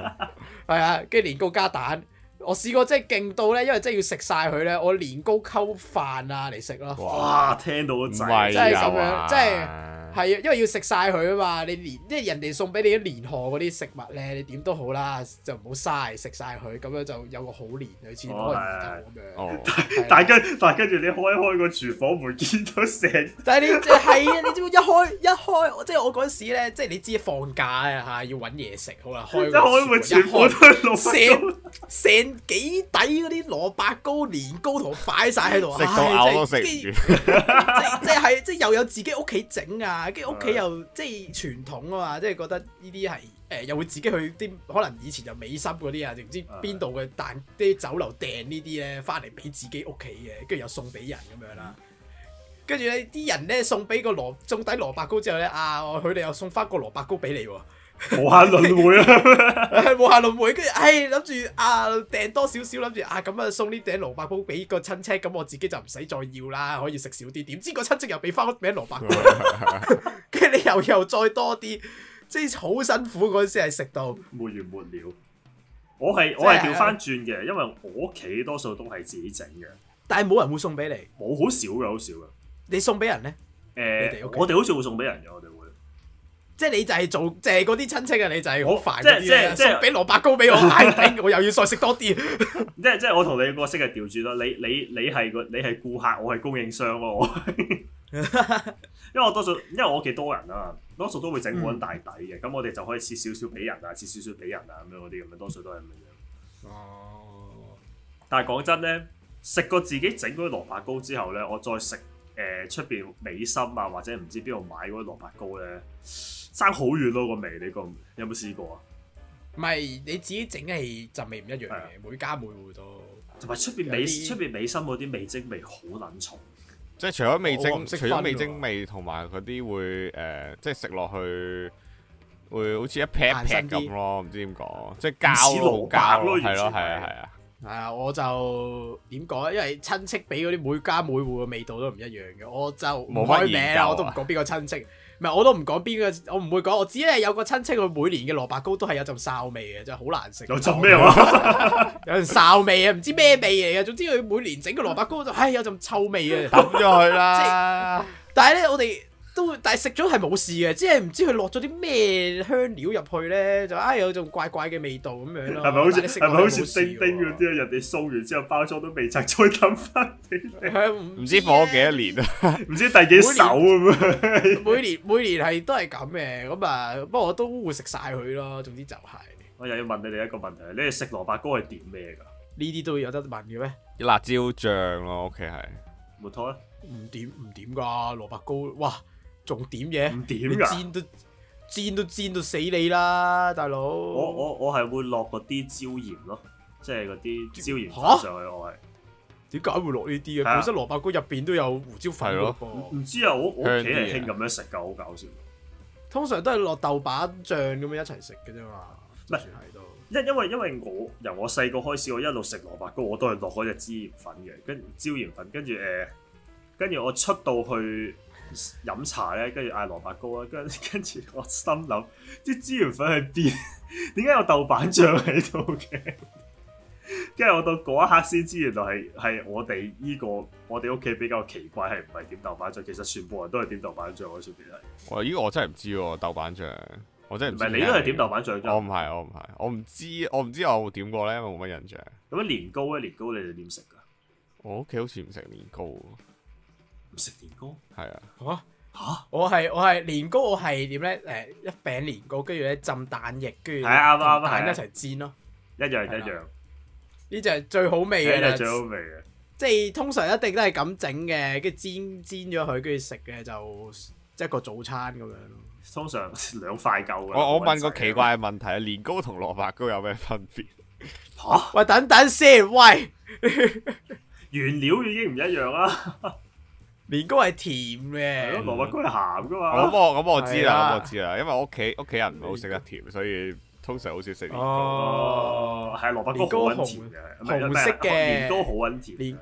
Speaker 3: 係啊，跟住年糕加蛋。我試過真係勁到咧，因為真係要食晒佢咧，我年糕溝飯啊嚟食咯。
Speaker 1: 哇，聽到都
Speaker 2: 唔
Speaker 1: 滯
Speaker 2: 係
Speaker 3: 真係
Speaker 2: 啊
Speaker 3: 咁樣
Speaker 2: 嘛
Speaker 3: 真係係啊，因為要食晒佢啊嘛，你連即係人哋送俾你啲年賀嗰啲食物咧，你點都好啦，就唔好嘥，食晒佢，咁樣就有個好年類似可能二咁樣。
Speaker 2: 哦，
Speaker 3: 係啊啦
Speaker 1: 但哦係跟但係跟住你開開個廚房門，見到成
Speaker 3: 但係你即係係啊，你知唔知一開一開，即係我嗰陣時咧，即係你知放假啊嚇，要揾嘢食好啦，開
Speaker 1: 一開門全部
Speaker 3: 一
Speaker 1: 都
Speaker 3: 開
Speaker 1: 係老闆
Speaker 3: 成成幾底嗰啲蘿蔔糕、年糕同擺晒喺度，
Speaker 2: 食到
Speaker 3: 唉
Speaker 2: 嘔都食
Speaker 3: 真
Speaker 2: 唔
Speaker 3: 係
Speaker 2: 住。
Speaker 3: 即即係即係又有自己屋企整啊，跟住屋企
Speaker 1: 係
Speaker 3: 又即係傳統啊嘛，即係覺得呢啲係誒又會自己去啲可能以前就美心嗰啲啊，定唔知邊度嘅但啲酒樓訂呢啲咧，翻嚟俾自己屋企嘅，跟住又送俾人咁樣啦。跟住咧，啲人咧送俾個蘿送底蘿蔔糕之後咧，啊，我佢哋又送翻個蘿蔔糕俾你喎、
Speaker 1: 無限輪迴啊！
Speaker 3: 係無限輪迴，跟住唉諗住啊訂多少少，諗住啊咁啊送呢頂蘿蔔糕俾個親戚，咁我自己就唔使再要啦，可以食少啲。點知個親戚又俾翻個名蘿蔔糕， 跟住你又又再多啲，即係好辛苦嗰陣時係食到。
Speaker 1: 沒完沒了。我係
Speaker 3: 即係啊
Speaker 1: 我係調翻轉嘅，因為我屋企多數都係自己整嘅，
Speaker 3: 但係冇人會送俾你，
Speaker 1: 冇好少嘅，好少嘅。
Speaker 3: 你送俾人呢？你
Speaker 1: 誒
Speaker 3: 哋屋，企
Speaker 1: 我哋好似會送俾人嘅，我哋會。
Speaker 3: 即係你就係做，就係嗰啲親戚啊，你就係好煩
Speaker 1: 即係
Speaker 3: 嗰啲
Speaker 1: 即係
Speaker 3: 咧
Speaker 1: 即係
Speaker 3: 送俾蘿蔔糕俾我，唉 頂，我又要再食多啲。
Speaker 1: 即係即係我同你個角色係調轉啦，你你你係個你係顧客，我係供應商咯， 我因為我多數因為我屋企多人啊，多數都會整碗大底
Speaker 3: 嗯
Speaker 1: 嘅，咁、我哋就可以切少少俾人啊，切少少俾人啊咁樣嗰啲咁樣，多數都係咁樣。
Speaker 3: 哦，
Speaker 1: 但係講真咧，食過自己整嗰啲蘿蔔糕之後咧，我再食誒出邊美心啊或者唔知邊度買嗰啲蘿蔔糕咧，爭好遠咯個味，你覺唔有冇試過啊？
Speaker 3: 唔係你自己整係陣味唔一樣
Speaker 1: 係啊
Speaker 3: 嘅，每家每户都。
Speaker 1: 同埋出邊美
Speaker 3: 有啲
Speaker 1: 出邊美心嗰啲味精味好撚重。
Speaker 2: 即係除咗味
Speaker 3: 我
Speaker 2: 精，
Speaker 3: 唔識
Speaker 2: 除
Speaker 3: 分
Speaker 2: 咗味
Speaker 3: 㗎
Speaker 2: 精味同埋嗰啲會誒、呃即係食落去會好似一劈
Speaker 3: 硬
Speaker 2: 一
Speaker 3: 身
Speaker 2: 劈
Speaker 3: 啲
Speaker 2: 咁咯，唔知點講，即係
Speaker 1: 唔
Speaker 2: 膠
Speaker 1: 似
Speaker 2: 咯
Speaker 1: 蘿蔔
Speaker 2: 好膠
Speaker 1: 咯
Speaker 2: 咯，
Speaker 1: 完全
Speaker 2: 係
Speaker 1: 係
Speaker 2: 咯，係啊，係啊，
Speaker 3: 係啊，我就點講咧？因為親戚俾嗰啲每家每户嘅味道都唔一樣嘅，我就唔
Speaker 2: 冇乜
Speaker 3: 開名
Speaker 2: 研究啊
Speaker 3: 啦，我都唔講邊個親戚。唔係我都唔講邊個，我唔會講。我只係有個親戚，佢每年嘅蘿蔔糕都係有陣哨味嘅，真係好難食。
Speaker 1: 有陣啊
Speaker 3: 哦
Speaker 1: 咩？話？
Speaker 3: 有陣哨味啊，唔知咩味嚟嘅。總之佢每年整個蘿蔔糕就，唉，有陣臭 味啊。
Speaker 2: 抌咗佢啦。
Speaker 3: 但係咧，我哋都會但係食咗係冇事嘅，即係唔知佢落咗啲咩香料入去咧，就哎唉有陣怪怪嘅味道咁樣咯。
Speaker 1: 係咪好似
Speaker 3: 但你食
Speaker 1: 係
Speaker 3: 落
Speaker 1: 咪好
Speaker 3: 冇
Speaker 1: 似
Speaker 3: 事
Speaker 1: 叮叮嗰
Speaker 3: 喎
Speaker 1: 啲啊？人哋掃完之後包裝都未拆，再抌翻俾你，
Speaker 3: 係啊唔
Speaker 2: 唔知火咗幾多年啊？
Speaker 1: 唔知第幾手咁樣。
Speaker 3: 每年每年係都係咁嘅，咁啊，不過我都會食晒佢咯。總之就係
Speaker 1: 我又要問你哋一個問題，你哋食蘿蔔糕係點咩㗎？
Speaker 3: 呢啲都有得問嘅咩？
Speaker 2: 辣椒醬咯，屋企係。
Speaker 1: 木拖啊咧
Speaker 3: 唔點唔點㗎，蘿蔔糕哇，仲點嘢？
Speaker 1: 唔點
Speaker 3: 你
Speaker 1: 㗎？
Speaker 3: 煎都煎都煎到死你啦，大佬！我
Speaker 1: 我我我係會落嗰啲椒鹽咯，即係嗰啲椒鹽
Speaker 3: 吓
Speaker 1: 粉上去，我係
Speaker 3: 點解會落呢啲嘅？
Speaker 1: 係啊
Speaker 3: 本身蘿蔔糕入邊都有胡椒粉
Speaker 2: 係
Speaker 3: 㗎
Speaker 2: 咯
Speaker 3: 噃，
Speaker 1: 唔知啊！我我屋企係
Speaker 2: 香啲
Speaker 1: 興
Speaker 2: 啊
Speaker 1: 咁樣食㗎，好搞笑。
Speaker 3: 通常都係落豆瓣醬咁樣一齊食嘅啫嘛。
Speaker 1: 唔係
Speaker 3: 就算係都
Speaker 1: 因因為因為我由我細個開始，我一路食蘿蔔糕，我都係落嗰隻椒鹽粉嘅，跟椒鹽粉，跟住誒，跟住我出到去飲茶咧，跟住嗌蘿蔔糕啦，跟跟住 我心諗啲椒鹽粉喺邊？點解有豆瓣醬喺度嘅？跟住我到嗰一刻先知，原來係係我哋呢、個我哋屋企比較奇怪，係唔係點豆瓣醬？其實全部人都係點豆瓣醬喺出邊係，
Speaker 2: 哇！依個我真係唔知喎，豆瓣醬，我真係
Speaker 1: 唔
Speaker 2: 唔知。
Speaker 1: 係你都係點豆？瓣醬
Speaker 2: 我
Speaker 1: 啫。
Speaker 2: 唔係，我唔係，我唔知，我唔知我有冇點過咧，因為冇乜印象。
Speaker 1: 咁樣年糕咧，年糕你哋點食㗎？
Speaker 2: 我屋企好似唔食年糕喎，
Speaker 1: 唔食年糕
Speaker 2: 係啊，
Speaker 3: 嚇
Speaker 1: 嚇？
Speaker 3: 我係我係年糕，我係點咧？誒一餅年糕，跟住咧浸蛋液，跟住
Speaker 1: 係啊啱啊啱啊
Speaker 3: 同
Speaker 1: 係
Speaker 3: 蛋
Speaker 1: 啊
Speaker 3: 一齊煎咯。
Speaker 1: 一樣一
Speaker 3: 係啦
Speaker 1: 樣。
Speaker 3: 呢就係最好味嘅
Speaker 1: 呢就最好
Speaker 3: 啦，
Speaker 1: 味嘅。
Speaker 3: 即係通常一定都係咁整嘅，跟住煎煎咗佢，跟住食嘅就一個早餐咁樣咯。
Speaker 1: 通常 兩塊夠嘅。
Speaker 2: 我我
Speaker 1: 冇
Speaker 2: 問
Speaker 1: 乜
Speaker 2: 個
Speaker 1: 滯
Speaker 2: 奇怪嘅問題啊，年糕同蘿蔔糕有咩分別？
Speaker 1: 嚇，
Speaker 3: 喂，等等先，喂，
Speaker 1: 原料已經唔一樣啦。
Speaker 3: 年糕係
Speaker 1: 係
Speaker 3: 甜
Speaker 1: 咯，
Speaker 3: 嘅，
Speaker 1: 蘿蔔糕係鹹噶
Speaker 2: 咁
Speaker 1: 嘛。
Speaker 2: 我咁我知
Speaker 3: 係
Speaker 2: 啦，
Speaker 3: 啊嗯
Speaker 2: 咁我知啦，因為我屋企屋企人唔好食得甜，所以通常好少食年糕。
Speaker 1: 哦，
Speaker 3: 哦，
Speaker 1: 係蘿蔔糕好撚甜嘅，唔係
Speaker 3: 紅色嘅
Speaker 1: 年糕好撚甜嘅
Speaker 3: 年。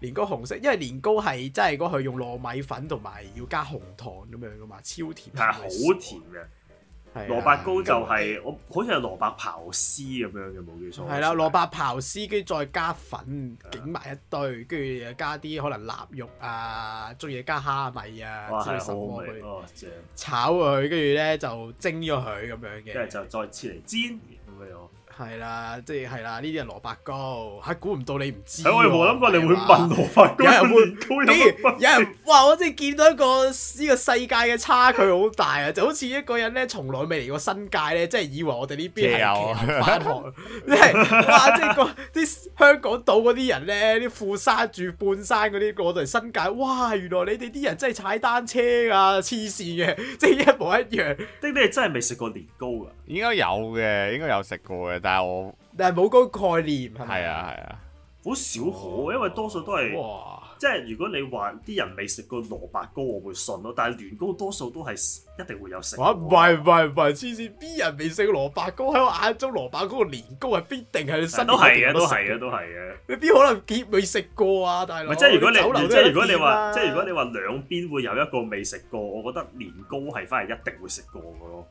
Speaker 3: 年糕紅色，因為年糕係真係嗰佢用糯米粉同埋要加紅糖咁樣噶嘛，超甜，
Speaker 1: 係好甜嘅，
Speaker 3: 係
Speaker 1: 蘿
Speaker 3: 啊，
Speaker 1: 蔔糕就係我好似係蘿蔔刨絲咁樣嘅，冇記錯。
Speaker 3: 係啦，蘿蔔刨絲，跟住再加粉，整埋一堆，跟住又加啲可能臘肉啊，中意加蝦米啊
Speaker 1: 哇，
Speaker 3: 之
Speaker 1: 係
Speaker 3: 類
Speaker 1: 好
Speaker 3: 什
Speaker 1: 好
Speaker 3: 麼
Speaker 1: 味
Speaker 3: 佢。
Speaker 1: 哦，正。
Speaker 3: 炒佢，跟住咧就蒸咗佢咁樣
Speaker 1: 跟
Speaker 3: 嘅，
Speaker 1: 住就再切嚟煎咁樣。
Speaker 3: 係啦，即係係啦，呢啲係蘿蔔糕，嚇估唔到你唔知喎。
Speaker 1: 係我哋冇諗過你會問
Speaker 3: 係嘛啊
Speaker 1: 蘿蔔糕
Speaker 3: 有人
Speaker 1: 同
Speaker 3: 會
Speaker 1: 年糕有
Speaker 3: 屌
Speaker 1: 乜分別
Speaker 3: 有人哇！我真係見到一個呢個世界嘅差距好大啊！就好似一個人咧，從來未嚟過新界咧，即係以為我哋呢邊
Speaker 2: 騎友
Speaker 3: 係
Speaker 1: 啊
Speaker 3: 騎牛返學，即係哇！即係個啲香港島嗰啲人咧，啲富山住半山嗰啲過到嚟新界，哇！原來你哋啲人真係踩單車啊㗎，黐線嘅，即係一模一樣。
Speaker 1: 丁丁你真係未食過年糕㗎？
Speaker 2: 應該有嘅，應該有食過嘅，但係我
Speaker 3: 但係冇嗰個概念係咪？
Speaker 2: 係啊係啊，
Speaker 1: 好少可，因為多數都係。
Speaker 3: 哇！
Speaker 1: 即係如果你話啲人未食過蘿蔔糕，我會信咯。但係年糕多數都係一定會有食。啊
Speaker 3: 哇！啊唔係唔係唔係，黐線邊人未食過蘿蔔糕？喺我眼中，蘿蔔糕個年糕係必定係你身
Speaker 1: 都係嘅，都
Speaker 3: 係。
Speaker 1: 係嘅，都係嘅。
Speaker 3: 你邊可能結未食過啊，大
Speaker 1: 唔
Speaker 3: 佬？
Speaker 1: 係即係如果
Speaker 3: 酒樓
Speaker 1: 你即
Speaker 3: 都
Speaker 1: 係
Speaker 3: 有
Speaker 1: 如果你
Speaker 3: 得
Speaker 1: 話即
Speaker 3: 點
Speaker 1: 係如果
Speaker 3: 啦
Speaker 1: 你話兩邊會有一個未食過，我覺得年糕係反而一定會食過嘅咯。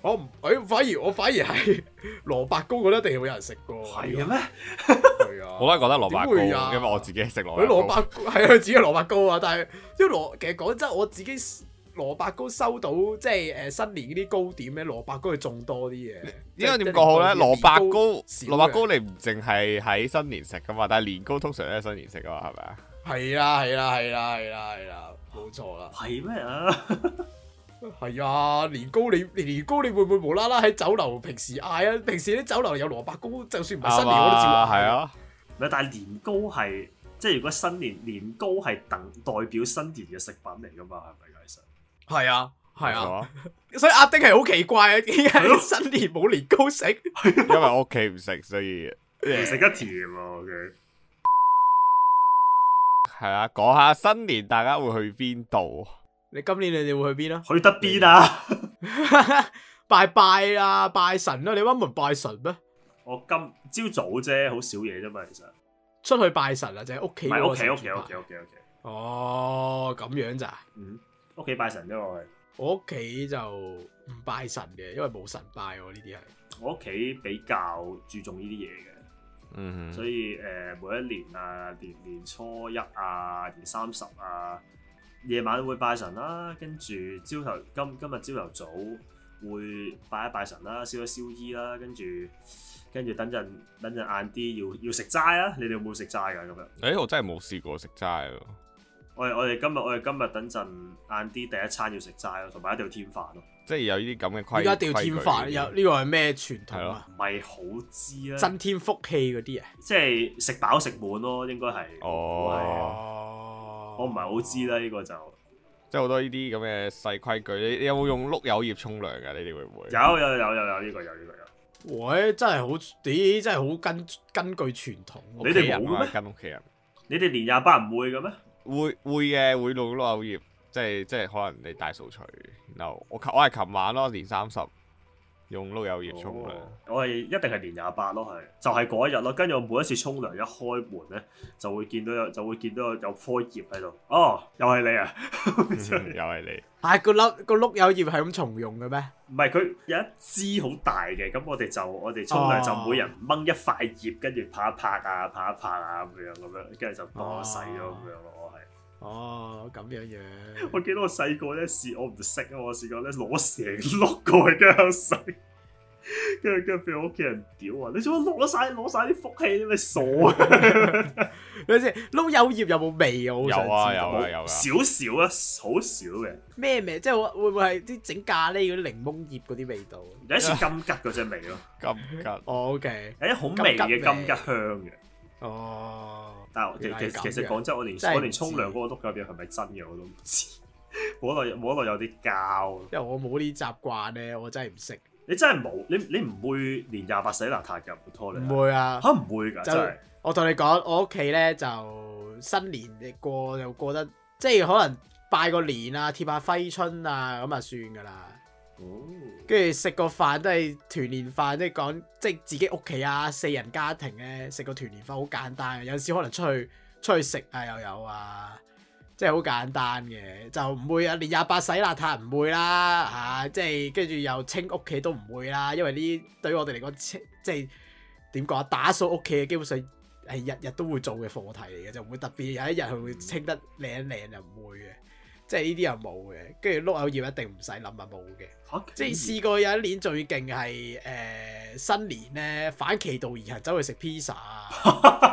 Speaker 3: 我唔，誒反而我反而係 蘿蔔糕，覺得一定會有人食過。
Speaker 1: 係嘅啊咩？
Speaker 3: 係 啊，
Speaker 2: 我都係覺得蘿
Speaker 3: 點會
Speaker 2: 蔔
Speaker 3: 啊
Speaker 2: 糕，因為我自己係食蘿
Speaker 3: 佢蘿
Speaker 2: 蔔糕。
Speaker 3: 蔔糕係佢自己嘅蘿蔔糕啊，但係因為蘿其實講真，我自己蘿蔔糕收到即係誒呃新年嗰啲糕點咧，蘿蔔糕係仲多啲 嘅。
Speaker 2: 應該點講好咧？
Speaker 3: 即係
Speaker 2: 蘿蔔糕，
Speaker 3: 少
Speaker 2: 蘿蔔糕你唔淨係喺新年食噶嘛，但係年糕通常都係新年食噶嘛，係咪啊？
Speaker 3: 係啦係啦係啦係啦係啦，冇錯啦。
Speaker 1: 係咩啊？
Speaker 3: 係啊，年糕你你年糕你會唔會無啦啦喺酒樓平時嗌啊？平時啲酒樓有蘿蔔糕，就算唔係新年我都照
Speaker 2: 啱啊
Speaker 3: 嗌。
Speaker 2: 係，啊，
Speaker 1: 唔係，但係年糕係即係如果新年年糕係等代表新年嘅食品嚟㗎嘛，係咪其實？
Speaker 3: 係啊，係
Speaker 2: 冇
Speaker 3: 啊。
Speaker 2: 錯。
Speaker 3: 所以阿丁係好奇怪啊， 點
Speaker 1: 係咯
Speaker 3: 解新年冇年糕食？
Speaker 2: 因為我屋企唔食，所以
Speaker 1: 唔食得甜喎佢。？
Speaker 2: 係啊。講下新年大家會去邊度？
Speaker 3: 你今年你哋會去邊啊
Speaker 1: 去得邊啊？
Speaker 3: 拜拜啦，拜神啦！你温文拜神咩？
Speaker 1: 我今朝早啫，好少嘢啫嘛，其實。
Speaker 3: 出去拜神啊，就係屋
Speaker 1: 唔
Speaker 3: 企嗰
Speaker 1: 係
Speaker 3: 個
Speaker 1: 屋企
Speaker 3: 神
Speaker 1: 屋
Speaker 3: 拜
Speaker 1: 企屋企屋企屋企。
Speaker 3: 哦，咁樣咋？
Speaker 1: 嗯，屋企拜神啫我係。
Speaker 3: 我屋企就唔拜神嘅，因為冇神拜我呢啲係。
Speaker 1: 我屋企比較注重呢啲嘢嘅。
Speaker 2: 嗯
Speaker 1: 所
Speaker 2: 哼，
Speaker 1: 以誒、呃每一年啊，年年初一啊，年三十啊，夜晚會拜神啦、跟住朝頭今今日朝頭早會拜一拜神啦、燒一燒衣啦、跟住跟住等陣等陣晏啲要要食齋啦、你哋有冇食齋㗎咁樣？
Speaker 2: 诶、我真係冇試過食齋喎。
Speaker 1: 我哋我哋今日我哋今日等陣晏啲第一餐要食齋咯，同埋一定要添飯咯，
Speaker 2: 即係有呢啲咁嘅規
Speaker 3: 而家掉添飯有呢個係咩傳統啊？
Speaker 1: 唔係好知啦，
Speaker 3: 增添福氣嗰啲啊？
Speaker 1: 即係食飽食滿咯，應該係。
Speaker 2: 哦
Speaker 3: 哦
Speaker 1: 我唔係好知。啦，呢、個就。
Speaker 2: 即係好多呢啲咁嘅細規矩。你你有冇用碌柚葉沖涼㗎？你哋會唔會？
Speaker 1: 有有有有有呢個有呢個有。
Speaker 3: 喂，真係好，咦，真係好根根據傳統。
Speaker 2: 屋
Speaker 1: 你
Speaker 2: 企
Speaker 1: 哋
Speaker 2: 人
Speaker 1: 冇嘅
Speaker 2: 啊
Speaker 1: 咩
Speaker 2: 跟屋企人
Speaker 1: 你哋年廿八唔會嘅咩？
Speaker 2: 會會嘅，會用碌柚葉，即係即係可能你大掃除。然後我琴我係琴晚咯，年三十用碌柚葉沖涼。
Speaker 1: 我係一定係年廿八咯，係就係嗰一日咯。跟住我每一次沖涼一開門咧，就會見到有就會見到有有棵葉喺度。哦，又係你啊！
Speaker 2: 又係你。
Speaker 3: 係個粒個碌柚葉係咁重用嘅咩？
Speaker 1: 唔係佢有一支好大嘅，咁我哋就我哋沖涼
Speaker 3: 哦
Speaker 1: 就每人掹一塊葉，跟住拍一拍啊，拍一拍啊咁樣咁樣，跟住就幫我洗咗咁樣咯。我係
Speaker 3: 哦，咁樣 樣。
Speaker 1: 我記得我細個咧試，我唔識啊，我試過咧攞成碌過去跟住洗，跟住跟住俾我屋企人屌啊！你做乜攞晒攞晒啲福氣？你傻啊！
Speaker 3: 你先碌柚葉有冇味啊？我好想知
Speaker 2: 有啊有
Speaker 1: 好
Speaker 2: 啊有啊。
Speaker 1: 少少啊，好少嘅。
Speaker 3: 咩味？即係我會唔會係啲整咖喱嗰啲檸檬葉嗰啲味道
Speaker 1: 有一次金桔嗰只味咯，
Speaker 2: 金桔。
Speaker 3: ？O K，
Speaker 1: 有一好微嘅
Speaker 3: 金桔味
Speaker 1: 金桔香嘅。
Speaker 3: 哦，
Speaker 1: 但係我其
Speaker 3: 原來係
Speaker 1: 其
Speaker 3: 咁
Speaker 1: 其實
Speaker 3: 嘅
Speaker 1: 講真，我連
Speaker 3: 真係唔知
Speaker 1: 我連沖涼嗰個碌柚葉係咪真嘅我都唔知。摸落摸落有啲膠，
Speaker 3: 因為我冇呢啲習慣咧，我真係唔識。
Speaker 1: 你真係冇，你你唔會連廿八洗邋遢㗎，唔拖你
Speaker 3: 唔會啊。
Speaker 1: 嚇唔會㗎，
Speaker 3: 就
Speaker 1: 真係
Speaker 3: 我同你講，我屋企咧就新年過就過得，即係可能拜個年啊，貼下揮春啊，咁啊算噶啦。
Speaker 1: 哦
Speaker 3: 跟住食個飯都係團年飯，即係講即係自己屋企啊，四人家庭咧食個團年飯好簡單嘅，有陣時可能出去出去食啊又有啊，即係好簡單嘅，就唔會啊年廿八洗邋遢唔會啦嚇、啊即係跟住又清屋企都唔會啦，因為呢對於我哋嚟講清即係點講啊，打掃屋企嘅基本上係日日都會做嘅課題嚟嘅，就唔會特別有一日佢會清得靚靚就唔會嘅，即係呢啲又冇嘅，跟住碌柚葉一定唔使諗啊冇嘅。
Speaker 1: 嚇
Speaker 3: 即係試過有一年最勁係誒新年咧，反其道而行走去食 pizza 啊，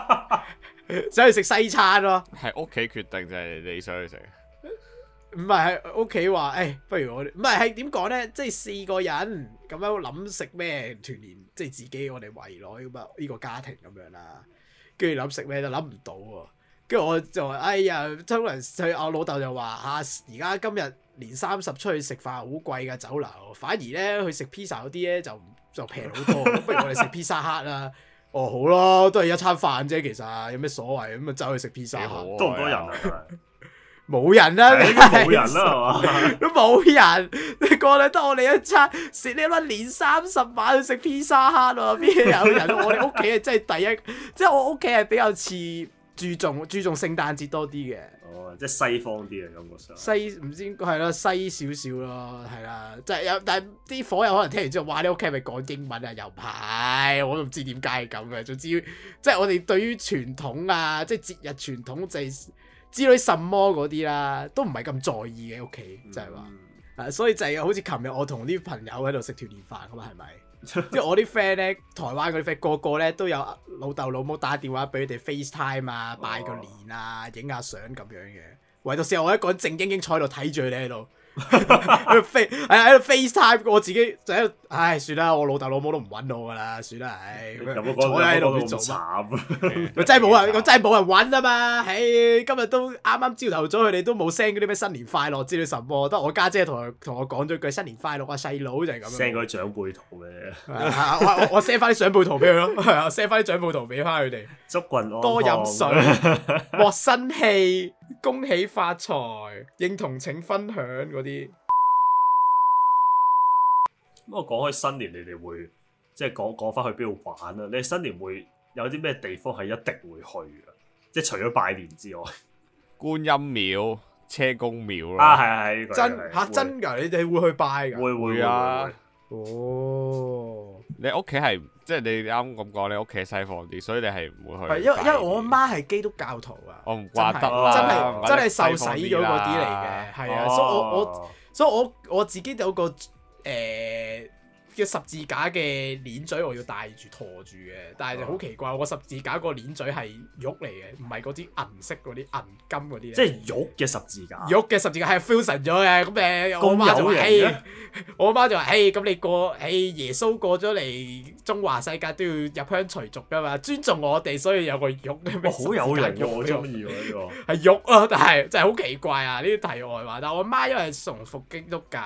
Speaker 3: 走去食西餐咯。
Speaker 2: 係屋企決定就係你想去食。
Speaker 3: 唔係喺屋企話，誒、哎不如我哋唔係係點講咧？即係試過有人咁樣諗食咩團年，即係自己我哋圍內咁啊，呢個家庭咁樣啦。跟住諗食咩就諗唔到喎。跟住我就話：哎呀，沖涼去。我老豆就話嚇，而、家今日年三十出去食飯好貴㗎酒樓，反而咧去食 pizza 嗰啲咧就 就平好多。不如我哋食 pizza hut 啦。哦，好咯，都係一餐飯啫，其實哦有咩所謂？咁啊，走去食 pizza
Speaker 2: 幾好
Speaker 3: hut
Speaker 2: 啊
Speaker 1: 多唔多人啊？真係
Speaker 3: 冇人 啦、
Speaker 1: 係應該冇人啦，係嘛？
Speaker 3: 都冇人，你過嚟得我哋一餐食你乜年三十晚去食披薩克喎，邊有人啊？我哋屋企係真係第一， 即係我屋企係比較似注重注重聖誕節多啲嘅，
Speaker 1: 哦，即係西方啲嘅感覺上。
Speaker 3: 西唔知係咯西少少咯，係啦，即係有但係啲火友可能聽完之後，哇！你屋企係咪講英文啊？又唔係，我都唔知點解係咁嘅。總之即係我哋對於傳統啊，即係節日傳統就係之類什麼嗰啲啦，都唔係咁在意嘅屋企，就係話。啊，所以就係好似琴日我同啲朋友喺度食團年飯咁嘛，啊 係咪？即係我啲 friend 咧，台灣嗰啲 friend 個個咧都有老豆老母打電話俾佢哋 FaceTime
Speaker 1: 哦
Speaker 3: 啊，拜個年啊，影下相咁樣嘅。唯獨是我一個人靜英英坐喺 度睇住佢哋喺度，喺度 face 係啊喺度 FaceTime，我自己就喺度，唉，算啦，我老豆老母都唔揾我噶啦，算啦，唉，
Speaker 1: 有
Speaker 3: 咁樣
Speaker 1: 冇講
Speaker 3: 坐喺度唔知
Speaker 1: 咁
Speaker 3: 做乜？
Speaker 1: 慘？
Speaker 3: 咪真係冇人，咁真係冇人揾啊嘛！唉，今日都啱啱朝頭早，佢哋都冇 send 嗰啲咩新年快樂之類什麼，得我家姐同佢同我講咗句新年快樂啊，細佬就 係咁
Speaker 1: send
Speaker 3: 樣。
Speaker 1: 嗰啲長輩圖嘅，
Speaker 3: 啊我我我 send 翻啲相報圖俾佢咯， 係啊，send 翻啲相報圖俾翻佢哋。
Speaker 1: 祝棍安康
Speaker 3: 多飲水，獲新氣，恭喜發財，認同請分享嗰啲。
Speaker 1: 咁我講開新年，你哋會即係講講翻去邊度玩啊啦？你哋新年會有啲咩啊地方係一定會去嘅？即係除咗拜年之外，
Speaker 2: 觀音廟車公廟
Speaker 1: 啊，
Speaker 2: 啦。
Speaker 1: 係係呢個
Speaker 3: 真吓
Speaker 1: 會
Speaker 3: 真噶，你哋會去拜噶？
Speaker 1: 會會
Speaker 2: 會啊
Speaker 1: 會會
Speaker 3: 哦，
Speaker 2: 你屋企係即係你啱咁講，你屋企西方啲，所以你係唔會去
Speaker 3: 係
Speaker 2: 拜嘅。
Speaker 3: 因為因為我媽係基督教徒啊，
Speaker 2: 我唔怪得
Speaker 1: 啊
Speaker 2: 啦，
Speaker 3: 真
Speaker 1: 唔
Speaker 3: 係
Speaker 2: 怪
Speaker 3: 真
Speaker 2: 得
Speaker 3: 係受
Speaker 2: 西
Speaker 3: 洗
Speaker 2: 方
Speaker 3: 咗嗰啲嚟嘅，
Speaker 2: 啦。
Speaker 3: 係啊，
Speaker 1: 哦
Speaker 3: 所以我我所以我我自己有個誒嘅十字架嘅鏈嘴，我要戴住陀住嘅，但係
Speaker 1: 哦
Speaker 3: 就好奇怪，我十字架個鏈嘴係玉嚟嘅，唔係嗰啲銀色嗰啲銀金嗰啲咧。
Speaker 1: 即係玉嘅十字架，
Speaker 3: 玉嘅十字架係 fusion 咗嘅，咁誒
Speaker 1: 咁
Speaker 3: 我媽就話：，
Speaker 1: 有型
Speaker 3: 誒
Speaker 1: 嘅
Speaker 3: 我媽就話：，誒咁你過，誒耶穌過咗嚟中華世界都要入鄉隨俗噶嘛，尊重我哋，所以有個玉嘅
Speaker 1: 哇，哦好有 型
Speaker 3: 嘅，
Speaker 1: 嘅，我中意喎呢 個。
Speaker 3: 係肉咯，但係真係好奇怪啊！呢啲題外話，但係我媽因為崇服基督教，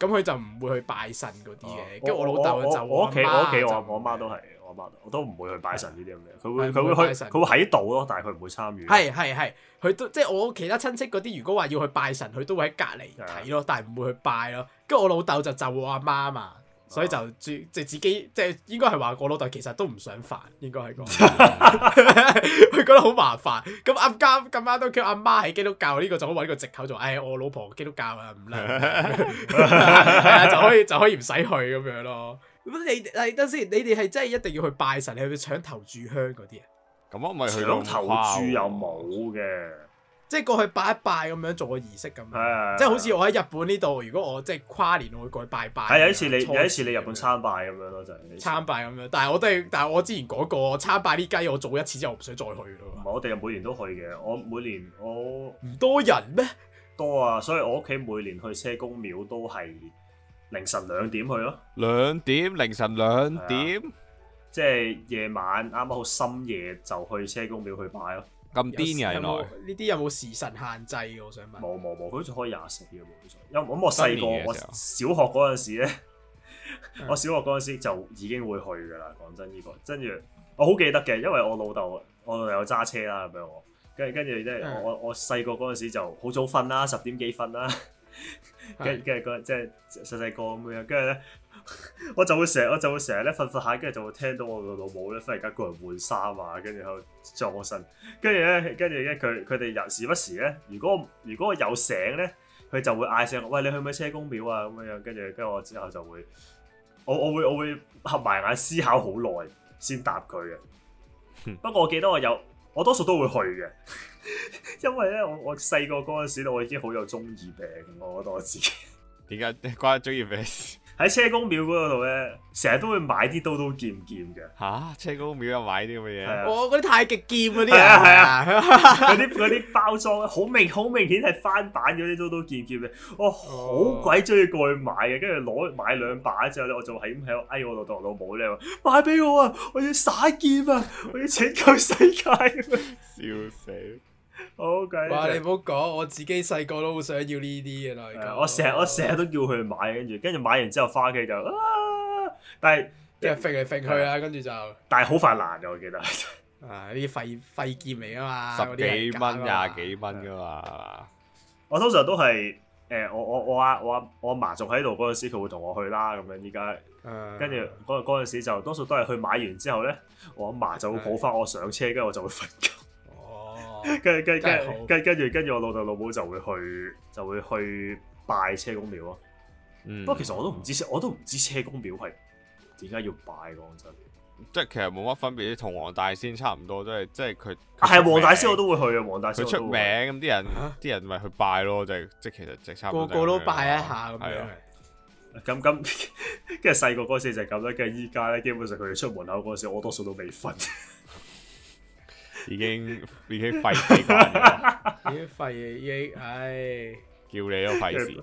Speaker 3: 咁佢就唔會去拜神嗰啲嘅。跟住我老豆就
Speaker 1: 哦我我屋企我屋企
Speaker 3: 阿媽
Speaker 1: 我
Speaker 3: 就
Speaker 1: 我媽都係，我媽我都唔會去拜神呢啲咁嘅，佢
Speaker 3: 係
Speaker 1: 會
Speaker 3: 唔會
Speaker 1: 佢
Speaker 3: 拜
Speaker 1: 會去
Speaker 3: 神
Speaker 1: 佢會喺度咯，但係佢唔會參與。
Speaker 3: 係係係，佢都即係我其他親戚嗰啲，如果話要去拜神，佢都會喺隔離睇咯，但係唔會去拜咯。跟住我老豆就就我阿媽嘛，所以就即即自己即係應該係話我老豆其實都唔想煩，應該係講， 佢覺得好麻煩。咁啱啱咁啱都叫阿媽係基督教，呢、個就可以揾個藉口做，唉、我老婆基督教啊，唔啦。係啊， 就可以就可以唔使去咁樣咯。咁你係等先，你哋係真係一定要去拜神，你係咪搶頭炷香嗰啲啊？
Speaker 2: 咁我咪去到
Speaker 1: 搶頭
Speaker 2: 花
Speaker 1: 豬又
Speaker 2: 喎
Speaker 1: 冇嘅，
Speaker 3: 即係過去拜一拜咁樣做個儀式咁樣，
Speaker 1: 係啊
Speaker 3: 即係好似我喺日本呢度，如果我即係跨年，我會過去拜拜。
Speaker 1: 係啊有一次你
Speaker 3: 初
Speaker 1: 有一次你日本
Speaker 3: 咁樣
Speaker 1: 參拜咁樣咯，就係呢次
Speaker 3: 參拜咁樣，但係我都係，但係我之前講過，我參拜呢雞我做一次之後我唔想再去
Speaker 1: 唔係
Speaker 3: 咯。
Speaker 1: 我哋每年都去嘅，我每年我
Speaker 3: 唔多人咩？
Speaker 1: 多啊，所以我屋企每年去車公廟都係凌晨兩點去咯，
Speaker 2: 兩點凌晨兩
Speaker 1: 啊
Speaker 2: 點
Speaker 1: 即係夜晚啱啱好深夜就去車公廟去拜咯，
Speaker 2: 咁癲嘅原
Speaker 3: 有冇
Speaker 2: 來。
Speaker 3: 呢啲有冇時辰限制啊嘅？我想問。
Speaker 1: 冇冇冇，佢好似開廿四嘅喎，好似因為咁我細個
Speaker 2: 新年嘅
Speaker 1: 我
Speaker 2: 時候
Speaker 1: 小學嗰陣時咧
Speaker 3: 嗯，
Speaker 1: 我小學嗰陣時就已經會去㗎啦，講真呢、個，跟住我好記得嘅，因為我老豆我老豆有揸車啦咁樣我。跟住跟住咧，
Speaker 3: 嗯
Speaker 1: 我我我細個嗰陣時就好早瞓啦，十點幾瞓啦，跟
Speaker 3: 係
Speaker 1: 跟住嗰即係細細個咁樣，跟住咧，我就會成日我就會成日咧瞓瞓下，跟住就會聽到我個老母咧忽然間過嚟換衫啊，跟住喺度撞身，跟住咧，跟住咧佢佢哋有時不時咧，如果如果我有醒咧，佢就會嗌醒我，喂你去唔去車公廟啊咁樣樣，跟住跟住我之後就會，我我會我會合埋眼思考好耐先答佢嘅
Speaker 2: 嗯。
Speaker 1: 不過我記得我有，我多數都會去嘅。 因為咧，我我細個嗰陣時咧，我已經好有中二病，我覺得我自己。
Speaker 2: 點解關中意俾事？
Speaker 1: 喺車公廟嗰度咧，成日都會買啲刀刀劍劍嘅，
Speaker 2: 吓，車公廟又買啲咁嘅
Speaker 1: 係
Speaker 2: 嘢，
Speaker 1: 啊
Speaker 3: 我嗰啲太極劍嗰啲
Speaker 1: 係啊係
Speaker 3: 啊，
Speaker 1: 嗰 啲嗰啲包裝咧，好明好明顯係翻版嗰啲刀刀劍劍嘅，我
Speaker 3: 哦
Speaker 1: 好鬼中意過去買嘅，跟住攞買兩把之後咧，我就係咁喺度哎我老豆老母咧，話買俾我啊，我要耍劍啊，我要拯救世界咁樣，
Speaker 2: 笑死！
Speaker 1: 好計
Speaker 3: 哇！你唔好講，我自己細個都好想要呢啲嘅啦。
Speaker 1: 啊係啊我成日我成日都叫佢買，跟住跟住買完之後翻屋企就啊，但係
Speaker 3: 即係揈嚟揈去啊，跟住就啊
Speaker 1: 但係好快爛嘅，我記得。
Speaker 3: 呢啲廢廢劍嚟噶
Speaker 1: 啊
Speaker 3: 嘛，
Speaker 2: 十幾
Speaker 3: 啊
Speaker 2: 蚊、廿
Speaker 3: 幾
Speaker 2: 幾蚊噶嘛，
Speaker 1: 我通常都係誒、我我我阿我阿我阿嫲仲喺度嗰陣時，佢會同我去啦咁樣。依
Speaker 2: 啊
Speaker 1: 家
Speaker 3: 啊
Speaker 1: 跟住嗰嗰陣時就多數都係去買完之後咧，我阿嫲就會抱翻我上車，跟住我就會瞓覺。
Speaker 3: 哦，
Speaker 1: 跟跟
Speaker 3: 真係好
Speaker 1: 跟跟跟住跟住我老豆老母就會去就會去拜車公廟咯。
Speaker 2: 嗯
Speaker 1: 不過其實我都唔知我都唔知車公廟係點解要拜講真。
Speaker 2: 即係其實冇乜分別，同黃大仙差唔多，都係即係佢。
Speaker 1: 啊係
Speaker 2: 佢出
Speaker 1: 黃大
Speaker 2: 名
Speaker 1: 仙我都會去啊，黃大仙
Speaker 2: 佢
Speaker 1: 我
Speaker 2: 出
Speaker 1: 都
Speaker 2: 名
Speaker 1: 會啊去。
Speaker 2: 咁啲人
Speaker 3: 嚇
Speaker 2: 啲人咪去拜咯，就係即係其實直差唔
Speaker 3: 個
Speaker 2: 多
Speaker 3: 個都
Speaker 2: 就係咁樣啦
Speaker 3: 拜一下咁
Speaker 2: 係
Speaker 3: 樣
Speaker 2: 啊。
Speaker 1: 咁咁 跟住細個嗰陣時就咁啦，跟住依家咧基本上佢哋出門口嗰陣時，我多數都未瞓。
Speaker 2: 已經已經廢 事慣咗啦，
Speaker 3: 啲廢嘢，唉，
Speaker 2: 叫你都費事。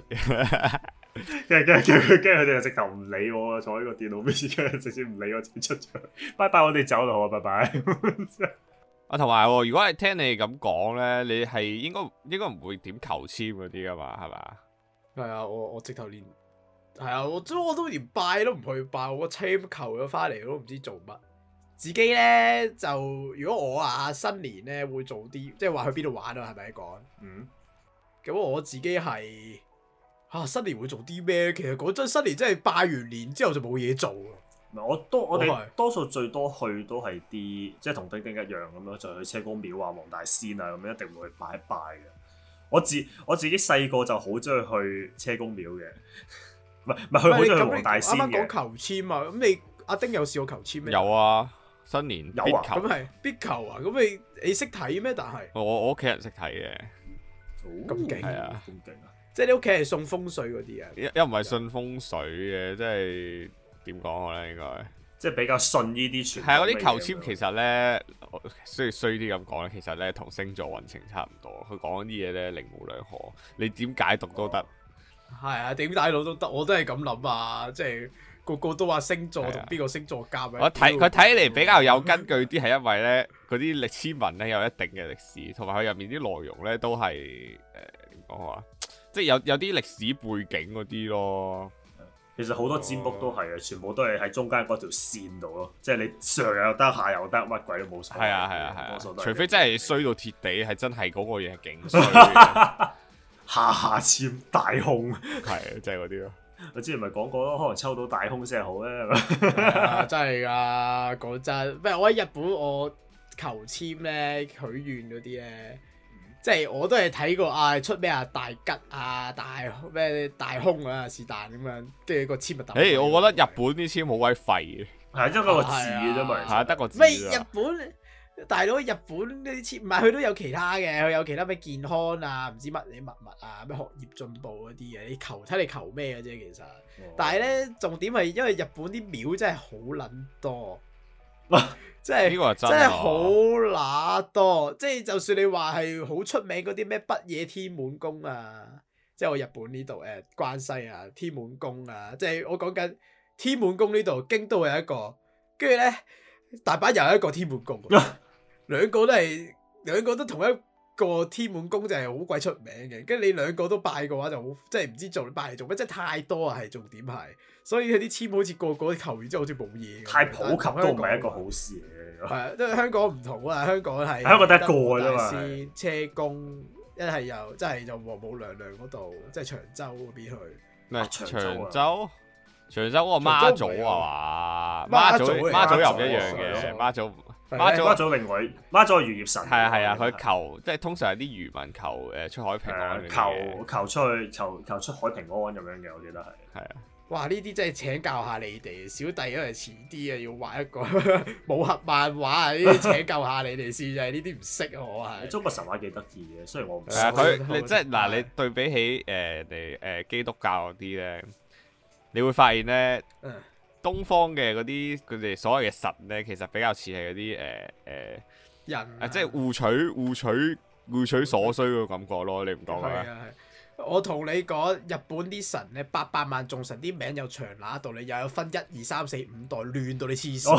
Speaker 1: 跟住跟住跟住跟住佢哋就直頭唔理我啊，坐喺個電腦邊，跟住直接唔理我，直接出咗去。拜 拜，我哋走啦，好啊，拜拜。
Speaker 2: 啊，同埋喎如果係聽你咁講咧，你係應該應該唔會點求籤嗰啲噶嘛，係嘛？
Speaker 3: 係啊，我我直頭連係啊，我都我都連拜都唔去拜，我簽求咗翻嚟，我都唔知做乜。自己咧就如果我啊新年咧會做啲，即係話去邊度玩啊，係咪講？
Speaker 1: 嗯，
Speaker 3: 咁我自己係啊新年會做啲咩咧？其實講真，新年真係拜完年之後就冇嘢做啊。
Speaker 1: 嗱，我多我
Speaker 3: 我係
Speaker 1: 哋多數最多去都係啲即係同丁丁一樣咁樣，就去車公廟啊、黃大仙啊咁樣，一定會去拜一拜嘅。我自我自己細個就好中意去車公廟嘅，唔係唔係
Speaker 3: 喂
Speaker 1: 佢好中意去
Speaker 3: 咁你
Speaker 1: 黃大仙
Speaker 3: 啱啱
Speaker 1: 嘅，
Speaker 3: 講求簽啊，咁你阿丁有試過求簽咩？
Speaker 2: 有啊，新年
Speaker 1: 有啊
Speaker 2: 必求
Speaker 3: 咁係必求啊！咁你你識睇咩？但係
Speaker 2: 我我屋企人識睇嘅，
Speaker 1: 哦咁
Speaker 3: 咁勁
Speaker 2: 係啊，
Speaker 1: 咁勁啊！
Speaker 3: 即係你屋企係送風水嗰啲啊？
Speaker 2: 一一唔係信風水嘅，即係點講好咧？應該。
Speaker 1: 即係比較信呢啲傳統
Speaker 2: 係啊，嗰
Speaker 1: 嘅
Speaker 2: 啲
Speaker 1: 嘢
Speaker 2: 求籤
Speaker 1: 咁樣
Speaker 2: 其實咧，我雖衰啲咁講咧，其實咧同星座運程差唔多。佢講啲嘢咧，零無兩可，你點解讀都得。
Speaker 3: 係啊，點大佬都得，我都係咁諗啊！即係個個都話星座同邊個星座夾啊？
Speaker 2: 我睇佢睇嚟比較有根據啲，係因為咧嗰啲歷史文咧有一定嘅歷史，同埋佢入面啲內容咧都係誒點講好啊？即係有有啲歷史背景嗰啲咯。
Speaker 1: 其實好多占卜都係嘅，全部都係喺中間嗰條線度咯，即係你上又得，下又得，乜鬼都冇晒。
Speaker 2: 係啊係啊係
Speaker 1: 多
Speaker 2: 啊
Speaker 1: 數，都係
Speaker 2: 除非
Speaker 1: 咁
Speaker 2: 真係衰到鐵地，係真係嗰個嘢係勁 衰嘅，
Speaker 1: 下下籤大空，
Speaker 2: 係即係嗰 啲咯。
Speaker 1: 我之前咪講過咯，可能抽到大空先係好咧。
Speaker 3: 啊，真係噶，講真，唔係我喺日本我求簽咧、許願嗰啲咧，即係我都係睇過啊出咩啊大吉啊大咩大空啊是但咁樣，跟住個簽咪打。
Speaker 2: 誒，我覺得日本啲籤好鬼廢嘅。
Speaker 1: 係因為個字嘅啫
Speaker 3: 係
Speaker 1: 嘛，
Speaker 2: 係啊，得個字
Speaker 3: 咩日
Speaker 2: 啊，
Speaker 3: 本大佬日本呢啲簽唔係佢都有其他嘅，佢有其他咩健康啊，唔知乜嘢物物啊，咩學業進步嗰啲嘅，你求睇你求咩嘅啫其實。
Speaker 1: 其實
Speaker 3: 但係咧重點係因為日本啲廟真係好撚多
Speaker 1: 哇，
Speaker 3: 即係
Speaker 2: 呢個係真
Speaker 3: 真係
Speaker 2: 啊
Speaker 3: 好乸多，即係就算你話係好出名嗰啲咩北野天滿宮啊，即係我日本呢度誒關西啊天滿宮啊，即係我講緊天滿宮呢度，京都有一個，跟住咧大阪又有一個天滿宮 喎，兩個都係兩個都同一個天滿宮就係好鬼出名嘅，跟住你兩個都拜嘅話就好，即係唔知做拜嚟做乜，即係太多啊係重點係，所以佢啲簽好似個個求完之後好似冇嘢咁樣，
Speaker 1: 太普及
Speaker 3: 但係同
Speaker 1: 都唔
Speaker 3: 香港
Speaker 1: 係一個好事嚟嘅。
Speaker 3: 係，因啊為香港唔同啊，香港係
Speaker 1: 啊香港得一個嘅啫嘛
Speaker 3: 大師車公一係又即係就黃母娘娘嗰度，即係長洲嗰邊去。
Speaker 2: 咩
Speaker 1: 長
Speaker 2: 長
Speaker 1: 洲啊
Speaker 2: 洲？長洲嗰個媽祖啊嘛，
Speaker 3: 媽
Speaker 2: 媽
Speaker 3: 祖
Speaker 2: 祖
Speaker 3: 嚟
Speaker 2: 媽祖又唔一
Speaker 1: 媽
Speaker 2: 樣
Speaker 1: 祖
Speaker 2: 嘅，
Speaker 3: 係
Speaker 2: 媽祖
Speaker 3: 係
Speaker 2: 媽
Speaker 3: 咧
Speaker 2: 祖
Speaker 1: 媽祖另外，媽祖係漁業神。
Speaker 2: 係啊係啊，佢求即係通常係啲漁民求誒出海平安
Speaker 1: 誒
Speaker 2: 嘅，
Speaker 1: 求求出去求求出海平安咁樣嘅，我記得係。
Speaker 2: 係啊，
Speaker 3: 哇！呢啲真係請教下你哋，小弟因為遲啲啊要畫一個 武俠漫畫啊，呢啲請教下你哋先，就係呢啲唔識啊我係。
Speaker 1: 中國神話幾得意嘅，雖然我唔
Speaker 2: 係啊
Speaker 1: 識。
Speaker 2: 佢
Speaker 3: 所以
Speaker 2: 你
Speaker 3: 都
Speaker 2: 即係
Speaker 3: 係
Speaker 2: 嗱，你對比起誒你誒基督教嗰啲咧，你會發現咧。
Speaker 3: 嗯
Speaker 2: 東方嘅嗰啲佢哋所謂嘅神咧，其實比較似係嗰啲誒誒
Speaker 3: 人
Speaker 2: 啊
Speaker 3: 啊
Speaker 2: 即係互取互取互取所需嘅感覺咯，你唔覺嘅
Speaker 3: 係
Speaker 2: 咩？
Speaker 3: 啊係。我同你講，日本啲神咧，八百萬眾神啲名有長乸道理，又有分一二三四五代，亂到你黐線。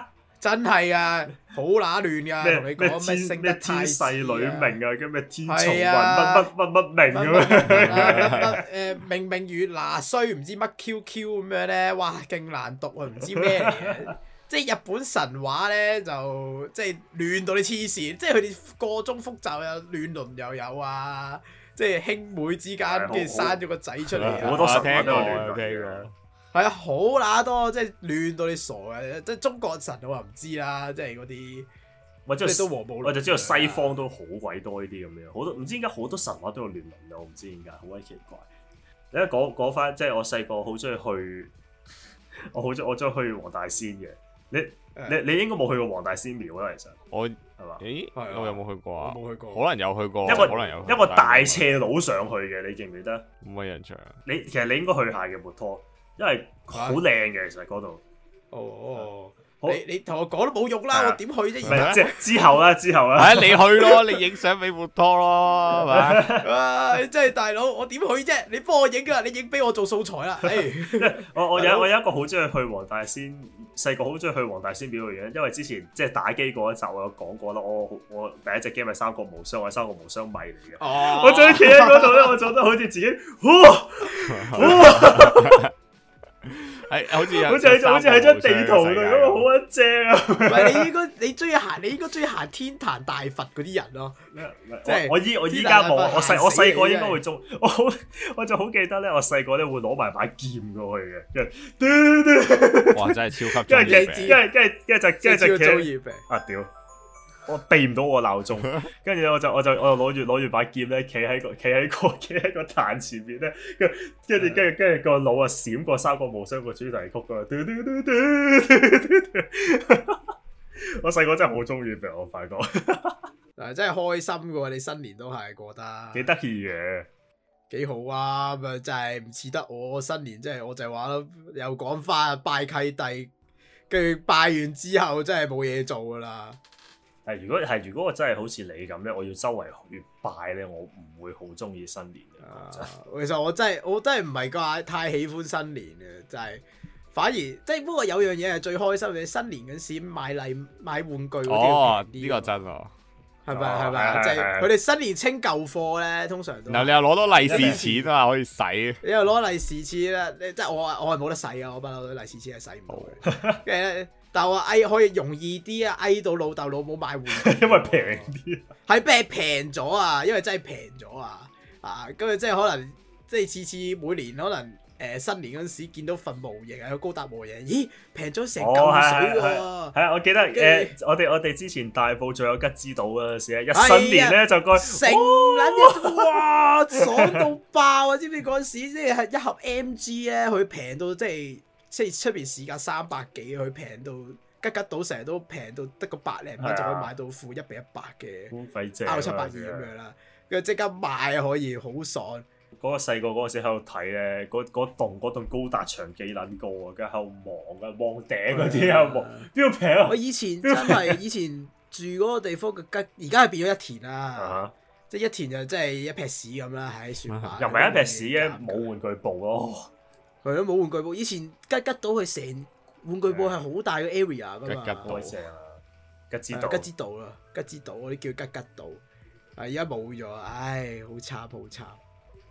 Speaker 3: 真係啊，好乸亂噶，
Speaker 1: 咩
Speaker 3: 同你
Speaker 1: 咩
Speaker 3: 講咩
Speaker 1: 天
Speaker 3: 升
Speaker 1: 咩
Speaker 3: 得
Speaker 1: 天
Speaker 3: 太
Speaker 1: 世女
Speaker 3: 命
Speaker 1: 命啊，跟咩天
Speaker 3: 係
Speaker 1: 叢雲
Speaker 3: 啊
Speaker 1: 乜乜乜乜命咁樣。
Speaker 3: 誒明明如嗱衰唔知乜 QQ 咁樣咧，哇勁難讀啊，唔知咩嚟嘅。即係日本神話咧，就即係亂到你黐線，即係佢哋個中複雜又亂倫又有啊，即係兄妹之間跟住生咗個仔出嚟啊
Speaker 1: 好多神
Speaker 2: 聽
Speaker 1: 話都有
Speaker 2: 過
Speaker 1: 亂
Speaker 2: 聽
Speaker 1: 倫
Speaker 2: 過
Speaker 1: 嘅。
Speaker 3: 係啊，好乸多，即係亂到你傻嘅，即係中國神我話唔知啦，即係嗰啲
Speaker 1: 我
Speaker 3: 即
Speaker 1: 知
Speaker 3: 係都
Speaker 1: 道
Speaker 3: 和無
Speaker 1: 我就知道西方都好鬼多呢啲咁樣，好多唔知點解好多神話都有亂倫啊嘅，我唔知點解，好鬼奇怪。你一講講翻，即係我細個好中意去， 我好中我中意去黃大仙嘅。你你你應該冇去過黃大仙廟啊啦，其實
Speaker 2: 我
Speaker 1: 係嘛？
Speaker 2: 咦，
Speaker 3: 係啊
Speaker 2: 我有冇去過
Speaker 3: 我
Speaker 2: 啊？
Speaker 3: 冇去過。
Speaker 2: 可能有去過，
Speaker 1: 一個
Speaker 2: 可能有去過
Speaker 1: 一個大斜佬上去嘅，你記唔記得？
Speaker 2: 冇乜印象。
Speaker 1: 你其實你應該去下嘅木拖，因為好靚嘅，其實嗰度。
Speaker 3: 哦，
Speaker 1: 好
Speaker 3: 你你同我講都冇用
Speaker 1: 係
Speaker 3: 啦，
Speaker 1: 啊
Speaker 3: 我點去啫？
Speaker 1: 唔
Speaker 3: 而家
Speaker 1: 係即係之後啦，之後啦
Speaker 2: 係，你去咯， 你影相俾活拖 咯，係咪？
Speaker 3: 啊，真係大佬，我點去啫？你幫我影噶，你影俾我做素材啦。唉，
Speaker 1: 我我
Speaker 3: 大佬
Speaker 1: 有我有一個好中意去黃大仙，細個好中意去黃大仙廟嘅原因，因為之前即係打機嗰一集我有講過啦，我好我第一隻 game 係三國無雙，我係三國無雙迷嚟嘅。
Speaker 3: 哦
Speaker 1: 我最企喺嗰度咧，我做得好似自己，哇 哇，
Speaker 2: 係好似有
Speaker 1: 好似喺好似喺張地圖度咁啊，好
Speaker 2: 好
Speaker 1: 鬼正啊！
Speaker 3: 唔係你應該你中意行，你應該中意行天壇大佛嗰啲人咯。即係
Speaker 1: 我我依我依
Speaker 3: 天
Speaker 1: 家
Speaker 3: 大
Speaker 1: 冇，
Speaker 3: 大佛
Speaker 1: 我細我
Speaker 3: 嚇死你啊
Speaker 1: 細個應
Speaker 3: 真
Speaker 1: 該
Speaker 3: 係
Speaker 1: 會中，我好我就好記得咧，我細個咧會攞埋把劍過去嘅，跟住嘟嘟，啊
Speaker 2: 哇！真係超級
Speaker 1: 跟
Speaker 2: 中
Speaker 1: 住
Speaker 2: 意
Speaker 1: 跟
Speaker 2: 嘅
Speaker 1: 住跟住跟住跟住就跟住就
Speaker 3: 即係
Speaker 1: 企
Speaker 3: 招
Speaker 1: 喺
Speaker 3: 業嘅。
Speaker 1: 啊屌！我避唔到我鬧鐘，跟住我就我就我就攞住攞住把劍咧，企喺個企喺個 企喺個壇前面咧，跟跟住跟住跟住個腦啊閃過三國無雙個主題曲噶啦，嘟嘟嘟嘟嘟嘟我細個真係好中意俾我發覺，
Speaker 3: 嗱，真係開心嘅喎！你新年都係過得
Speaker 1: 幾得意嘅。
Speaker 3: 幾好啊！咁啊，真係唔似得我新年，真係我就話咯，又講翻拜契弟，跟住拜完之後真係冇嘢做噶啦。
Speaker 1: 係如果係如果我真係好似你咁咧，我要周圍去拜咧，我唔會好中意新年 嘅。
Speaker 3: 啊
Speaker 1: 講真
Speaker 3: 其實我真係我真係唔係話太喜歡新年嘅，真係反而即係不過有樣嘢係最開心嘅，新年嗰時買禮買玩具嗰
Speaker 2: 哦
Speaker 3: 啲，平啲
Speaker 2: 呢個真喎。
Speaker 3: 係咪係咪
Speaker 1: 哦
Speaker 3: 啊？
Speaker 1: 係
Speaker 3: 就
Speaker 1: 係
Speaker 3: 係
Speaker 1: 係，
Speaker 3: 佢哋新年清舊貨咧，通常都
Speaker 2: 然後你又攞到利是錢啊嘛，可以使。
Speaker 3: 你又攞利是錢啦，你即係我我係冇得使啊，我不嬲都利是錢係使唔到嘅。跟住咧，但係我翳可以容易啲啊，翳到老豆老母買玩具
Speaker 1: 因為平啲，
Speaker 3: 係咩平咗啊？因為真係平咗啊！啊，咁啊，即係可能即係次次每年可能誒、呃新年嗰陣時見到份模型啊，有高達模型，咦平咗成
Speaker 1: 哦係
Speaker 3: 嚿水
Speaker 1: 係
Speaker 3: 喎、
Speaker 1: 係啊！我記得誒、
Speaker 3: 跟
Speaker 1: 我哋我哋之前大埔仲有吉之島嗰陣時咧，一
Speaker 3: 係啊
Speaker 1: 新年咧就個
Speaker 3: 成
Speaker 1: 哦
Speaker 3: 撚一哇爽到爆啊！知唔知嗰陣時即係一盒 MG 咧，佢平到即係即係出邊市價三百幾，佢平到吉吉到成日都平到得個百零
Speaker 1: 係啊
Speaker 3: 蚊就可以買到副一比一百嘅
Speaker 1: 好鬼正啊
Speaker 3: R 七八二咁樣啦，跟住即刻買可以好爽。
Speaker 1: 嗰個細個嗰陣時喺度睇咧，嗰嗰棟嗰棟高達牆幾撚高啊，跟住喺度望啊，望頂嗰
Speaker 3: 哎
Speaker 1: 啲喺度望，邊度平啊
Speaker 3: 我？以 前真係以前住嗰個地方嘅吉，而家係變咗一田啦，
Speaker 1: 啊！
Speaker 3: 即係一田就真係一撇屎咁啦，喺算吧。
Speaker 1: 又唔係一劈屎
Speaker 3: 哎
Speaker 1: 嘅，冇玩具部咯。
Speaker 3: 係咯，冇玩具部。以前吉吉到佢成玩具部係好大嘅 area 噶嘛，
Speaker 2: 吉吉
Speaker 1: 好正啊！吉之
Speaker 3: 係啊
Speaker 1: 島，
Speaker 3: 吉之島啦，吉之島嗰啲叫吉吉島。啊！而家冇咗，唉，好慘好慘。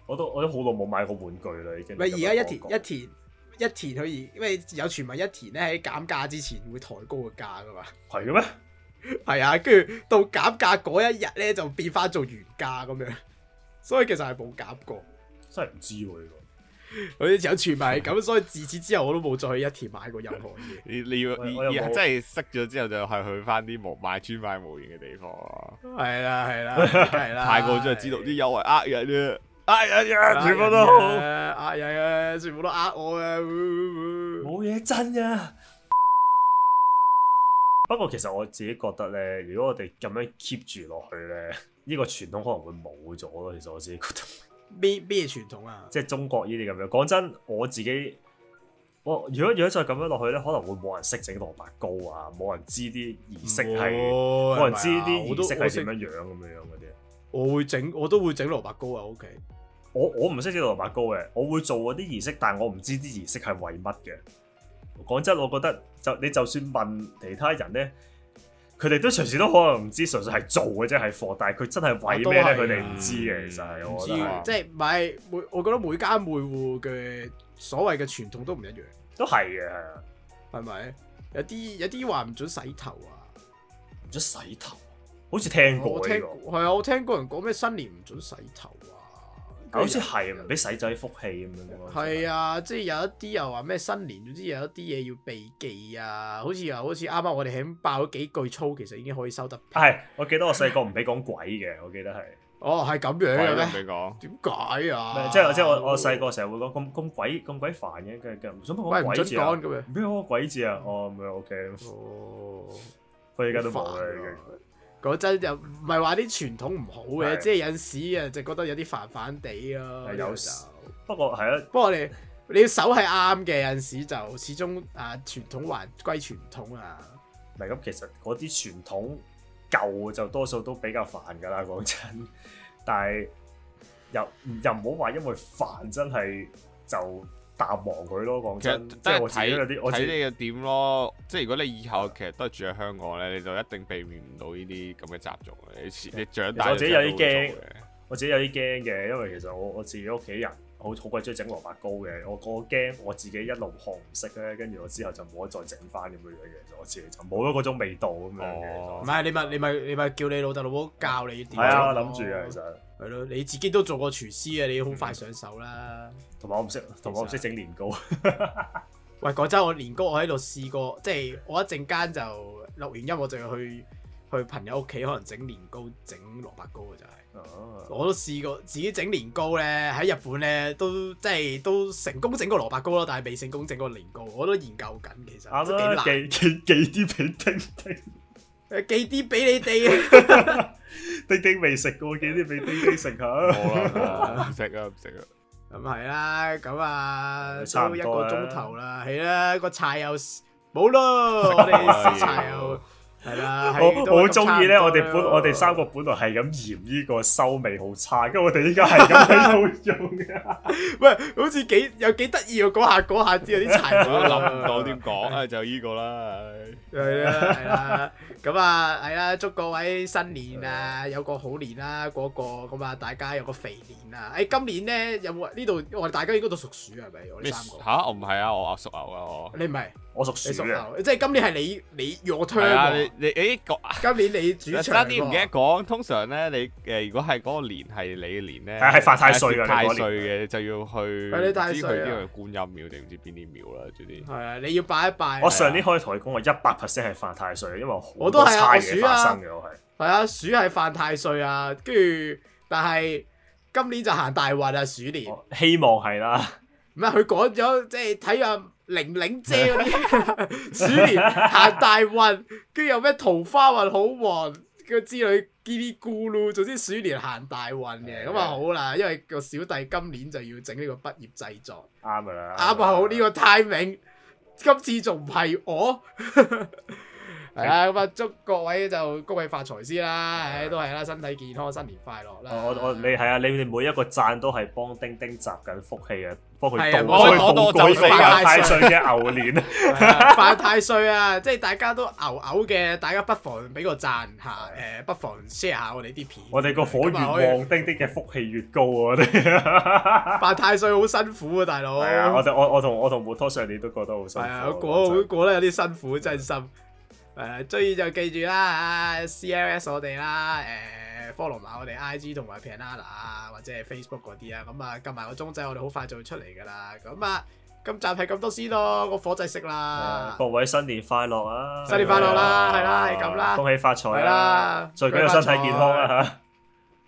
Speaker 1: 我都我都好耐冇買過玩具啦，已經。
Speaker 3: 咪而家一田
Speaker 1: 咁樣講
Speaker 3: 一田一田佢而，因為有傳聞一田咧喺減價之前會抬高個價噶嘛。
Speaker 1: 係嘅咩？
Speaker 3: 係啊，跟住到減價嗰一日咧就變翻做原價咁樣， 所以其實係冇減過。
Speaker 1: 真係唔知喎呢個。
Speaker 3: 佢有傳聞係咁，所以自此之後我都冇再去一田買過任何 嘢。
Speaker 2: 你你要
Speaker 1: 我
Speaker 2: 你
Speaker 1: 我又
Speaker 2: 你
Speaker 1: 冇
Speaker 2: 真係識咗之後就係去翻啲無買專賣模型嘅地方啊。
Speaker 3: 係啦係啦， 係啦，
Speaker 2: 太過真係知道啲優惠呃人啊，呃人
Speaker 3: 呃
Speaker 2: 啊，全部都好。
Speaker 3: 人嘅呃人嘅，全部都呃 我嘅。呜呜
Speaker 1: 冇嘢真啊！不過其實我自己覺得咧，如果我哋咁樣 keep 住落去咧，呢、個傳統可能會冇咗咯。其實我自己覺得，
Speaker 3: 咩咩傳統啊？
Speaker 1: 即係中國呢啲咁樣。講真，我自己我如果如果再咁樣落去咧，可能會冇人識整蘿蔔糕啊，冇人知啲儀式係，
Speaker 3: 冇啊
Speaker 1: 冇人知啲儀式係點樣樣咁樣樣嗰啲。
Speaker 3: 我會整，我都會整蘿蔔糕啊！屋企
Speaker 1: 我我唔識整蘿蔔糕嘅，我會做嗰啲儀式，但我唔知啲儀式係為乜嘅。講真，我覺得就你就算問其他人咧，佢哋都隨時都可能唔知，純粹係做嘅啫，係貨，但係佢真係為咩咧？
Speaker 3: 啊
Speaker 1: 佢
Speaker 3: 都係
Speaker 1: 哋唔知嘅，其實係
Speaker 3: 唔
Speaker 1: 我
Speaker 3: 知
Speaker 1: 覺得
Speaker 3: 嘅
Speaker 1: 係
Speaker 3: 即係唔係每？我覺得每家每戶嘅所謂嘅傳統都唔一樣，
Speaker 1: 都係嘅，係啊，
Speaker 3: 係咪？有啲有啲話唔准洗頭啊！
Speaker 1: 唔知洗頭，好似聽過呢
Speaker 3: 我聽
Speaker 1: 個，
Speaker 3: 係啊，我聽過人講咩新年唔准洗頭啊，
Speaker 1: 好似係唔俾洗仔福氣咁樣。
Speaker 3: 係啊，即係有一啲又話咩新年，總之有一啲嘢要避忌啊，好似又好似啱啱我哋係咁爆咗幾句粗，其實已經可以收得皮。
Speaker 1: 啊，係我記得我細個唔俾講鬼嘅，我記得係，
Speaker 3: 哦，係咁樣嘅
Speaker 2: 唔
Speaker 3: 咩？
Speaker 2: 俾講，
Speaker 3: 點解啊？
Speaker 1: 啊即係即係我我細個成日會講咁咁鬼咁鬼煩嘅，跟住跟住做乜
Speaker 3: 喂
Speaker 1: 講
Speaker 3: 唔
Speaker 1: 鬼
Speaker 3: 准
Speaker 1: 字啊
Speaker 3: 講咁？樣。
Speaker 1: 唔俾我鬼字啊！哦，咁樣 OK，
Speaker 3: 哦，
Speaker 1: 佢而家都冇
Speaker 3: 好
Speaker 1: 啦，
Speaker 3: 煩
Speaker 1: 已經
Speaker 3: 啊。講真又唔係話啲傳統唔好嘅，
Speaker 1: 係
Speaker 3: 即係有陣時啊，就覺得有啲煩煩地咯。
Speaker 1: 係
Speaker 3: 呢個
Speaker 1: 有
Speaker 3: 就
Speaker 1: 時不過係啊，
Speaker 3: 不過我哋你要守係啱嘅，有陣時就始終啊傳統還歸傳統啊。
Speaker 1: 唔係咁，其實嗰啲傳統舊就多數都比較煩㗎啦，講真。但係又又唔好話因為煩真係就淡忘佢咯，講
Speaker 2: 其
Speaker 1: 真。
Speaker 2: 實
Speaker 1: 即
Speaker 2: 真
Speaker 1: 係我
Speaker 2: 係
Speaker 1: 自己有啲，我
Speaker 2: 睇
Speaker 1: 自
Speaker 2: 睇
Speaker 1: 己
Speaker 2: 你嘅點咯。即係如果你以後其實都係住喺香港咧，你就一定避免唔到呢啲咁嘅習俗嘅。你遲你長大
Speaker 1: 我自己有啲驚
Speaker 2: 就會做嘅
Speaker 1: 我自己有啲驚嘅，因為其實我我自己屋企人好好鬼中意整蘿蔔糕嘅，我我驚我自己一路學唔識咧，跟住我之後就冇得再整翻咁樣樣嘅，其實我自己就冇咗嗰種味道咁樣嘅。其實我
Speaker 3: 唔
Speaker 1: 自己
Speaker 3: 係你咪你咪你咪叫你老豆老母教你點
Speaker 1: 哦係啊，我
Speaker 3: 整
Speaker 1: 諗住
Speaker 3: 咯
Speaker 1: 嘅其實。
Speaker 3: 係咯，你自己都做過廚師啊，你好快上手啦。
Speaker 1: 同埋我唔識，同埋我唔識整年糕。
Speaker 3: 喂，講真，我年糕我喺度試過，即係我一陣間就錄完音，我就要去去朋友屋企可能整年糕、整蘿蔔糕嘅就係、
Speaker 1: 哦
Speaker 3: 我都試過自己整年糕咧，喺日本咧都即係都成功整過蘿蔔糕咯，但係未成功整過年糕，我都研究緊其實，都
Speaker 1: 啱啦，啊
Speaker 3: 幾
Speaker 1: 寄寄寄啲俾丁丁，
Speaker 3: 難，寄啲俾你哋。
Speaker 1: 丁丁未食過，寄啲俾丁丁食下。
Speaker 3: 哦
Speaker 2: 冇啦，唔食啊，唔食啊。
Speaker 3: 咁係啦，咁啊
Speaker 1: 差唔
Speaker 3: 都一
Speaker 1: 多
Speaker 3: 個
Speaker 1: 啦
Speaker 3: 鐘頭啦，係啦，個柴又 s- 冇咯， 我哋試柴又係啦，係
Speaker 1: 哎我
Speaker 3: 都
Speaker 1: 我好中意咧，
Speaker 3: 差唔
Speaker 1: 我
Speaker 3: 多
Speaker 1: 哋
Speaker 3: 啦
Speaker 1: 本我哋三個本來係咁嫌呢個收味好差，跟住我哋依家係咁喺度用 嘅。
Speaker 3: 喂，好似幾有幾得意喎，啊嗰下嗰下之後啲柴
Speaker 2: 我
Speaker 3: 冇
Speaker 2: 都諗唔到 點講，唉，就依個啦。唉
Speaker 3: 係啦，係啦，咁啊，係啦，祝各位新年啊，有個好年啦，嗰個咁啊，大家有個肥年啊！誒，今年咧有冇呢度？我哋大家應該都屬鼠啊係咪？我
Speaker 2: 咩
Speaker 3: 哋三個，
Speaker 2: 吓？我唔係啊，我阿叔牛啊，我。
Speaker 3: 你唔係，
Speaker 1: 我屬
Speaker 3: 你
Speaker 1: 鼠
Speaker 3: 屬
Speaker 1: 嘅，
Speaker 3: 牛，即係今年係你你 your
Speaker 2: 係啊，
Speaker 3: turn
Speaker 2: 你你誒講
Speaker 3: 喎今年你主場
Speaker 2: 差啲唔記得
Speaker 3: 喎，
Speaker 2: 講，通常咧你誒如果係嗰個年係你嘅年咧，
Speaker 1: 係係犯太歲㗎
Speaker 2: 係
Speaker 1: 你
Speaker 2: 太
Speaker 1: 嗰年
Speaker 2: 歲嘅就要去，
Speaker 3: 係你太
Speaker 2: 唔知
Speaker 3: 歲
Speaker 2: 佢
Speaker 3: 啊
Speaker 2: 啲去觀音廟定唔知邊啲廟啦，總之。
Speaker 3: 係啊，你要拜一拜。
Speaker 1: 我上年可以同你講，我一百 percent 係犯太歲，因為我好
Speaker 3: 我都
Speaker 1: 多
Speaker 3: 係啊
Speaker 1: 差
Speaker 3: 我
Speaker 1: 嘢
Speaker 3: 鼠啊
Speaker 1: 發生嘅，我係。
Speaker 3: 係啊，鼠係犯太歲啊，跟住但係今年就行大運啊，鼠年。
Speaker 1: 我希望係啦，
Speaker 3: 唔係佢講咗，即係睇下玲玲姐嗰啲 鼠年行大運，跟住有咩桃花運好旺嘅之類，叽哩咕嚕，總之鼠年行大運嘅，咁啊好啦，因為個小弟今年就要整呢個畢業製作，
Speaker 1: 啱噶啦，
Speaker 3: 啱啊好呢個 timing，今次仲唔係我？ 係啦，咁啊祝各位就恭喜發財先啦，唉都係啦，身體健康，新年快樂啦！
Speaker 1: 啊 我我我你係啊，你哋每一個讚都係幫丁丁集緊福氣嘅，幫佢
Speaker 3: 係啊
Speaker 1: 渡
Speaker 3: 幫佢
Speaker 1: 開
Speaker 2: 攞
Speaker 1: 渡
Speaker 2: 多
Speaker 1: 過
Speaker 2: 走
Speaker 1: 呢
Speaker 2: 四
Speaker 1: 個
Speaker 3: 日
Speaker 1: 太歲啊嘅牛年。
Speaker 3: 係啊犯太歲啊！ 即係大家都牛牛嘅，大家不妨俾個讚下，誒、不妨 share 下我哋啲 片。
Speaker 1: 我哋個火越
Speaker 3: 咁啊可以
Speaker 1: 旺，丁丁嘅福氣越高啊！我哋
Speaker 3: 犯太歲好辛苦啊，大佬。
Speaker 1: 係啊，我哋我我同我同木拖上年都覺得好辛苦
Speaker 3: 係
Speaker 1: 啊。
Speaker 3: 啊，
Speaker 1: 講
Speaker 3: 過
Speaker 1: 真
Speaker 3: 過得有啲辛苦，真心。誒，所以就記住啦，CLS 我哋啦，誒 follow 埋我哋 IG 同埋 Panana 啊，或者係 Facebook 嗰啲啊，咁啊撳埋個鐘仔，我哋好快就會出嚟㗎啦。咁啊，今集係咁多先咯，個火仔熄
Speaker 1: 係啊
Speaker 3: 啦，
Speaker 1: 各位新年快樂啊！
Speaker 3: 新年快樂啦，係啦，係咁啦，
Speaker 1: 恭喜發財
Speaker 3: 係
Speaker 1: 啦！
Speaker 3: 啦，
Speaker 1: 最緊要身體健康啊啦嚇。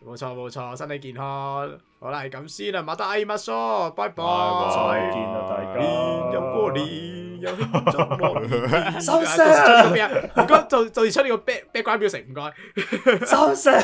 Speaker 3: 冇錯冇錯，身體健康。好啦，係咁先啦，馬德埃馬蘇，拜拜。
Speaker 2: 拜
Speaker 1: 再見啦，大家。
Speaker 3: 年又過年，又慶祝樂年。
Speaker 1: 收聲
Speaker 3: 到邊啊唔該，就就出呢個 back background music，唔該。
Speaker 1: 收聲。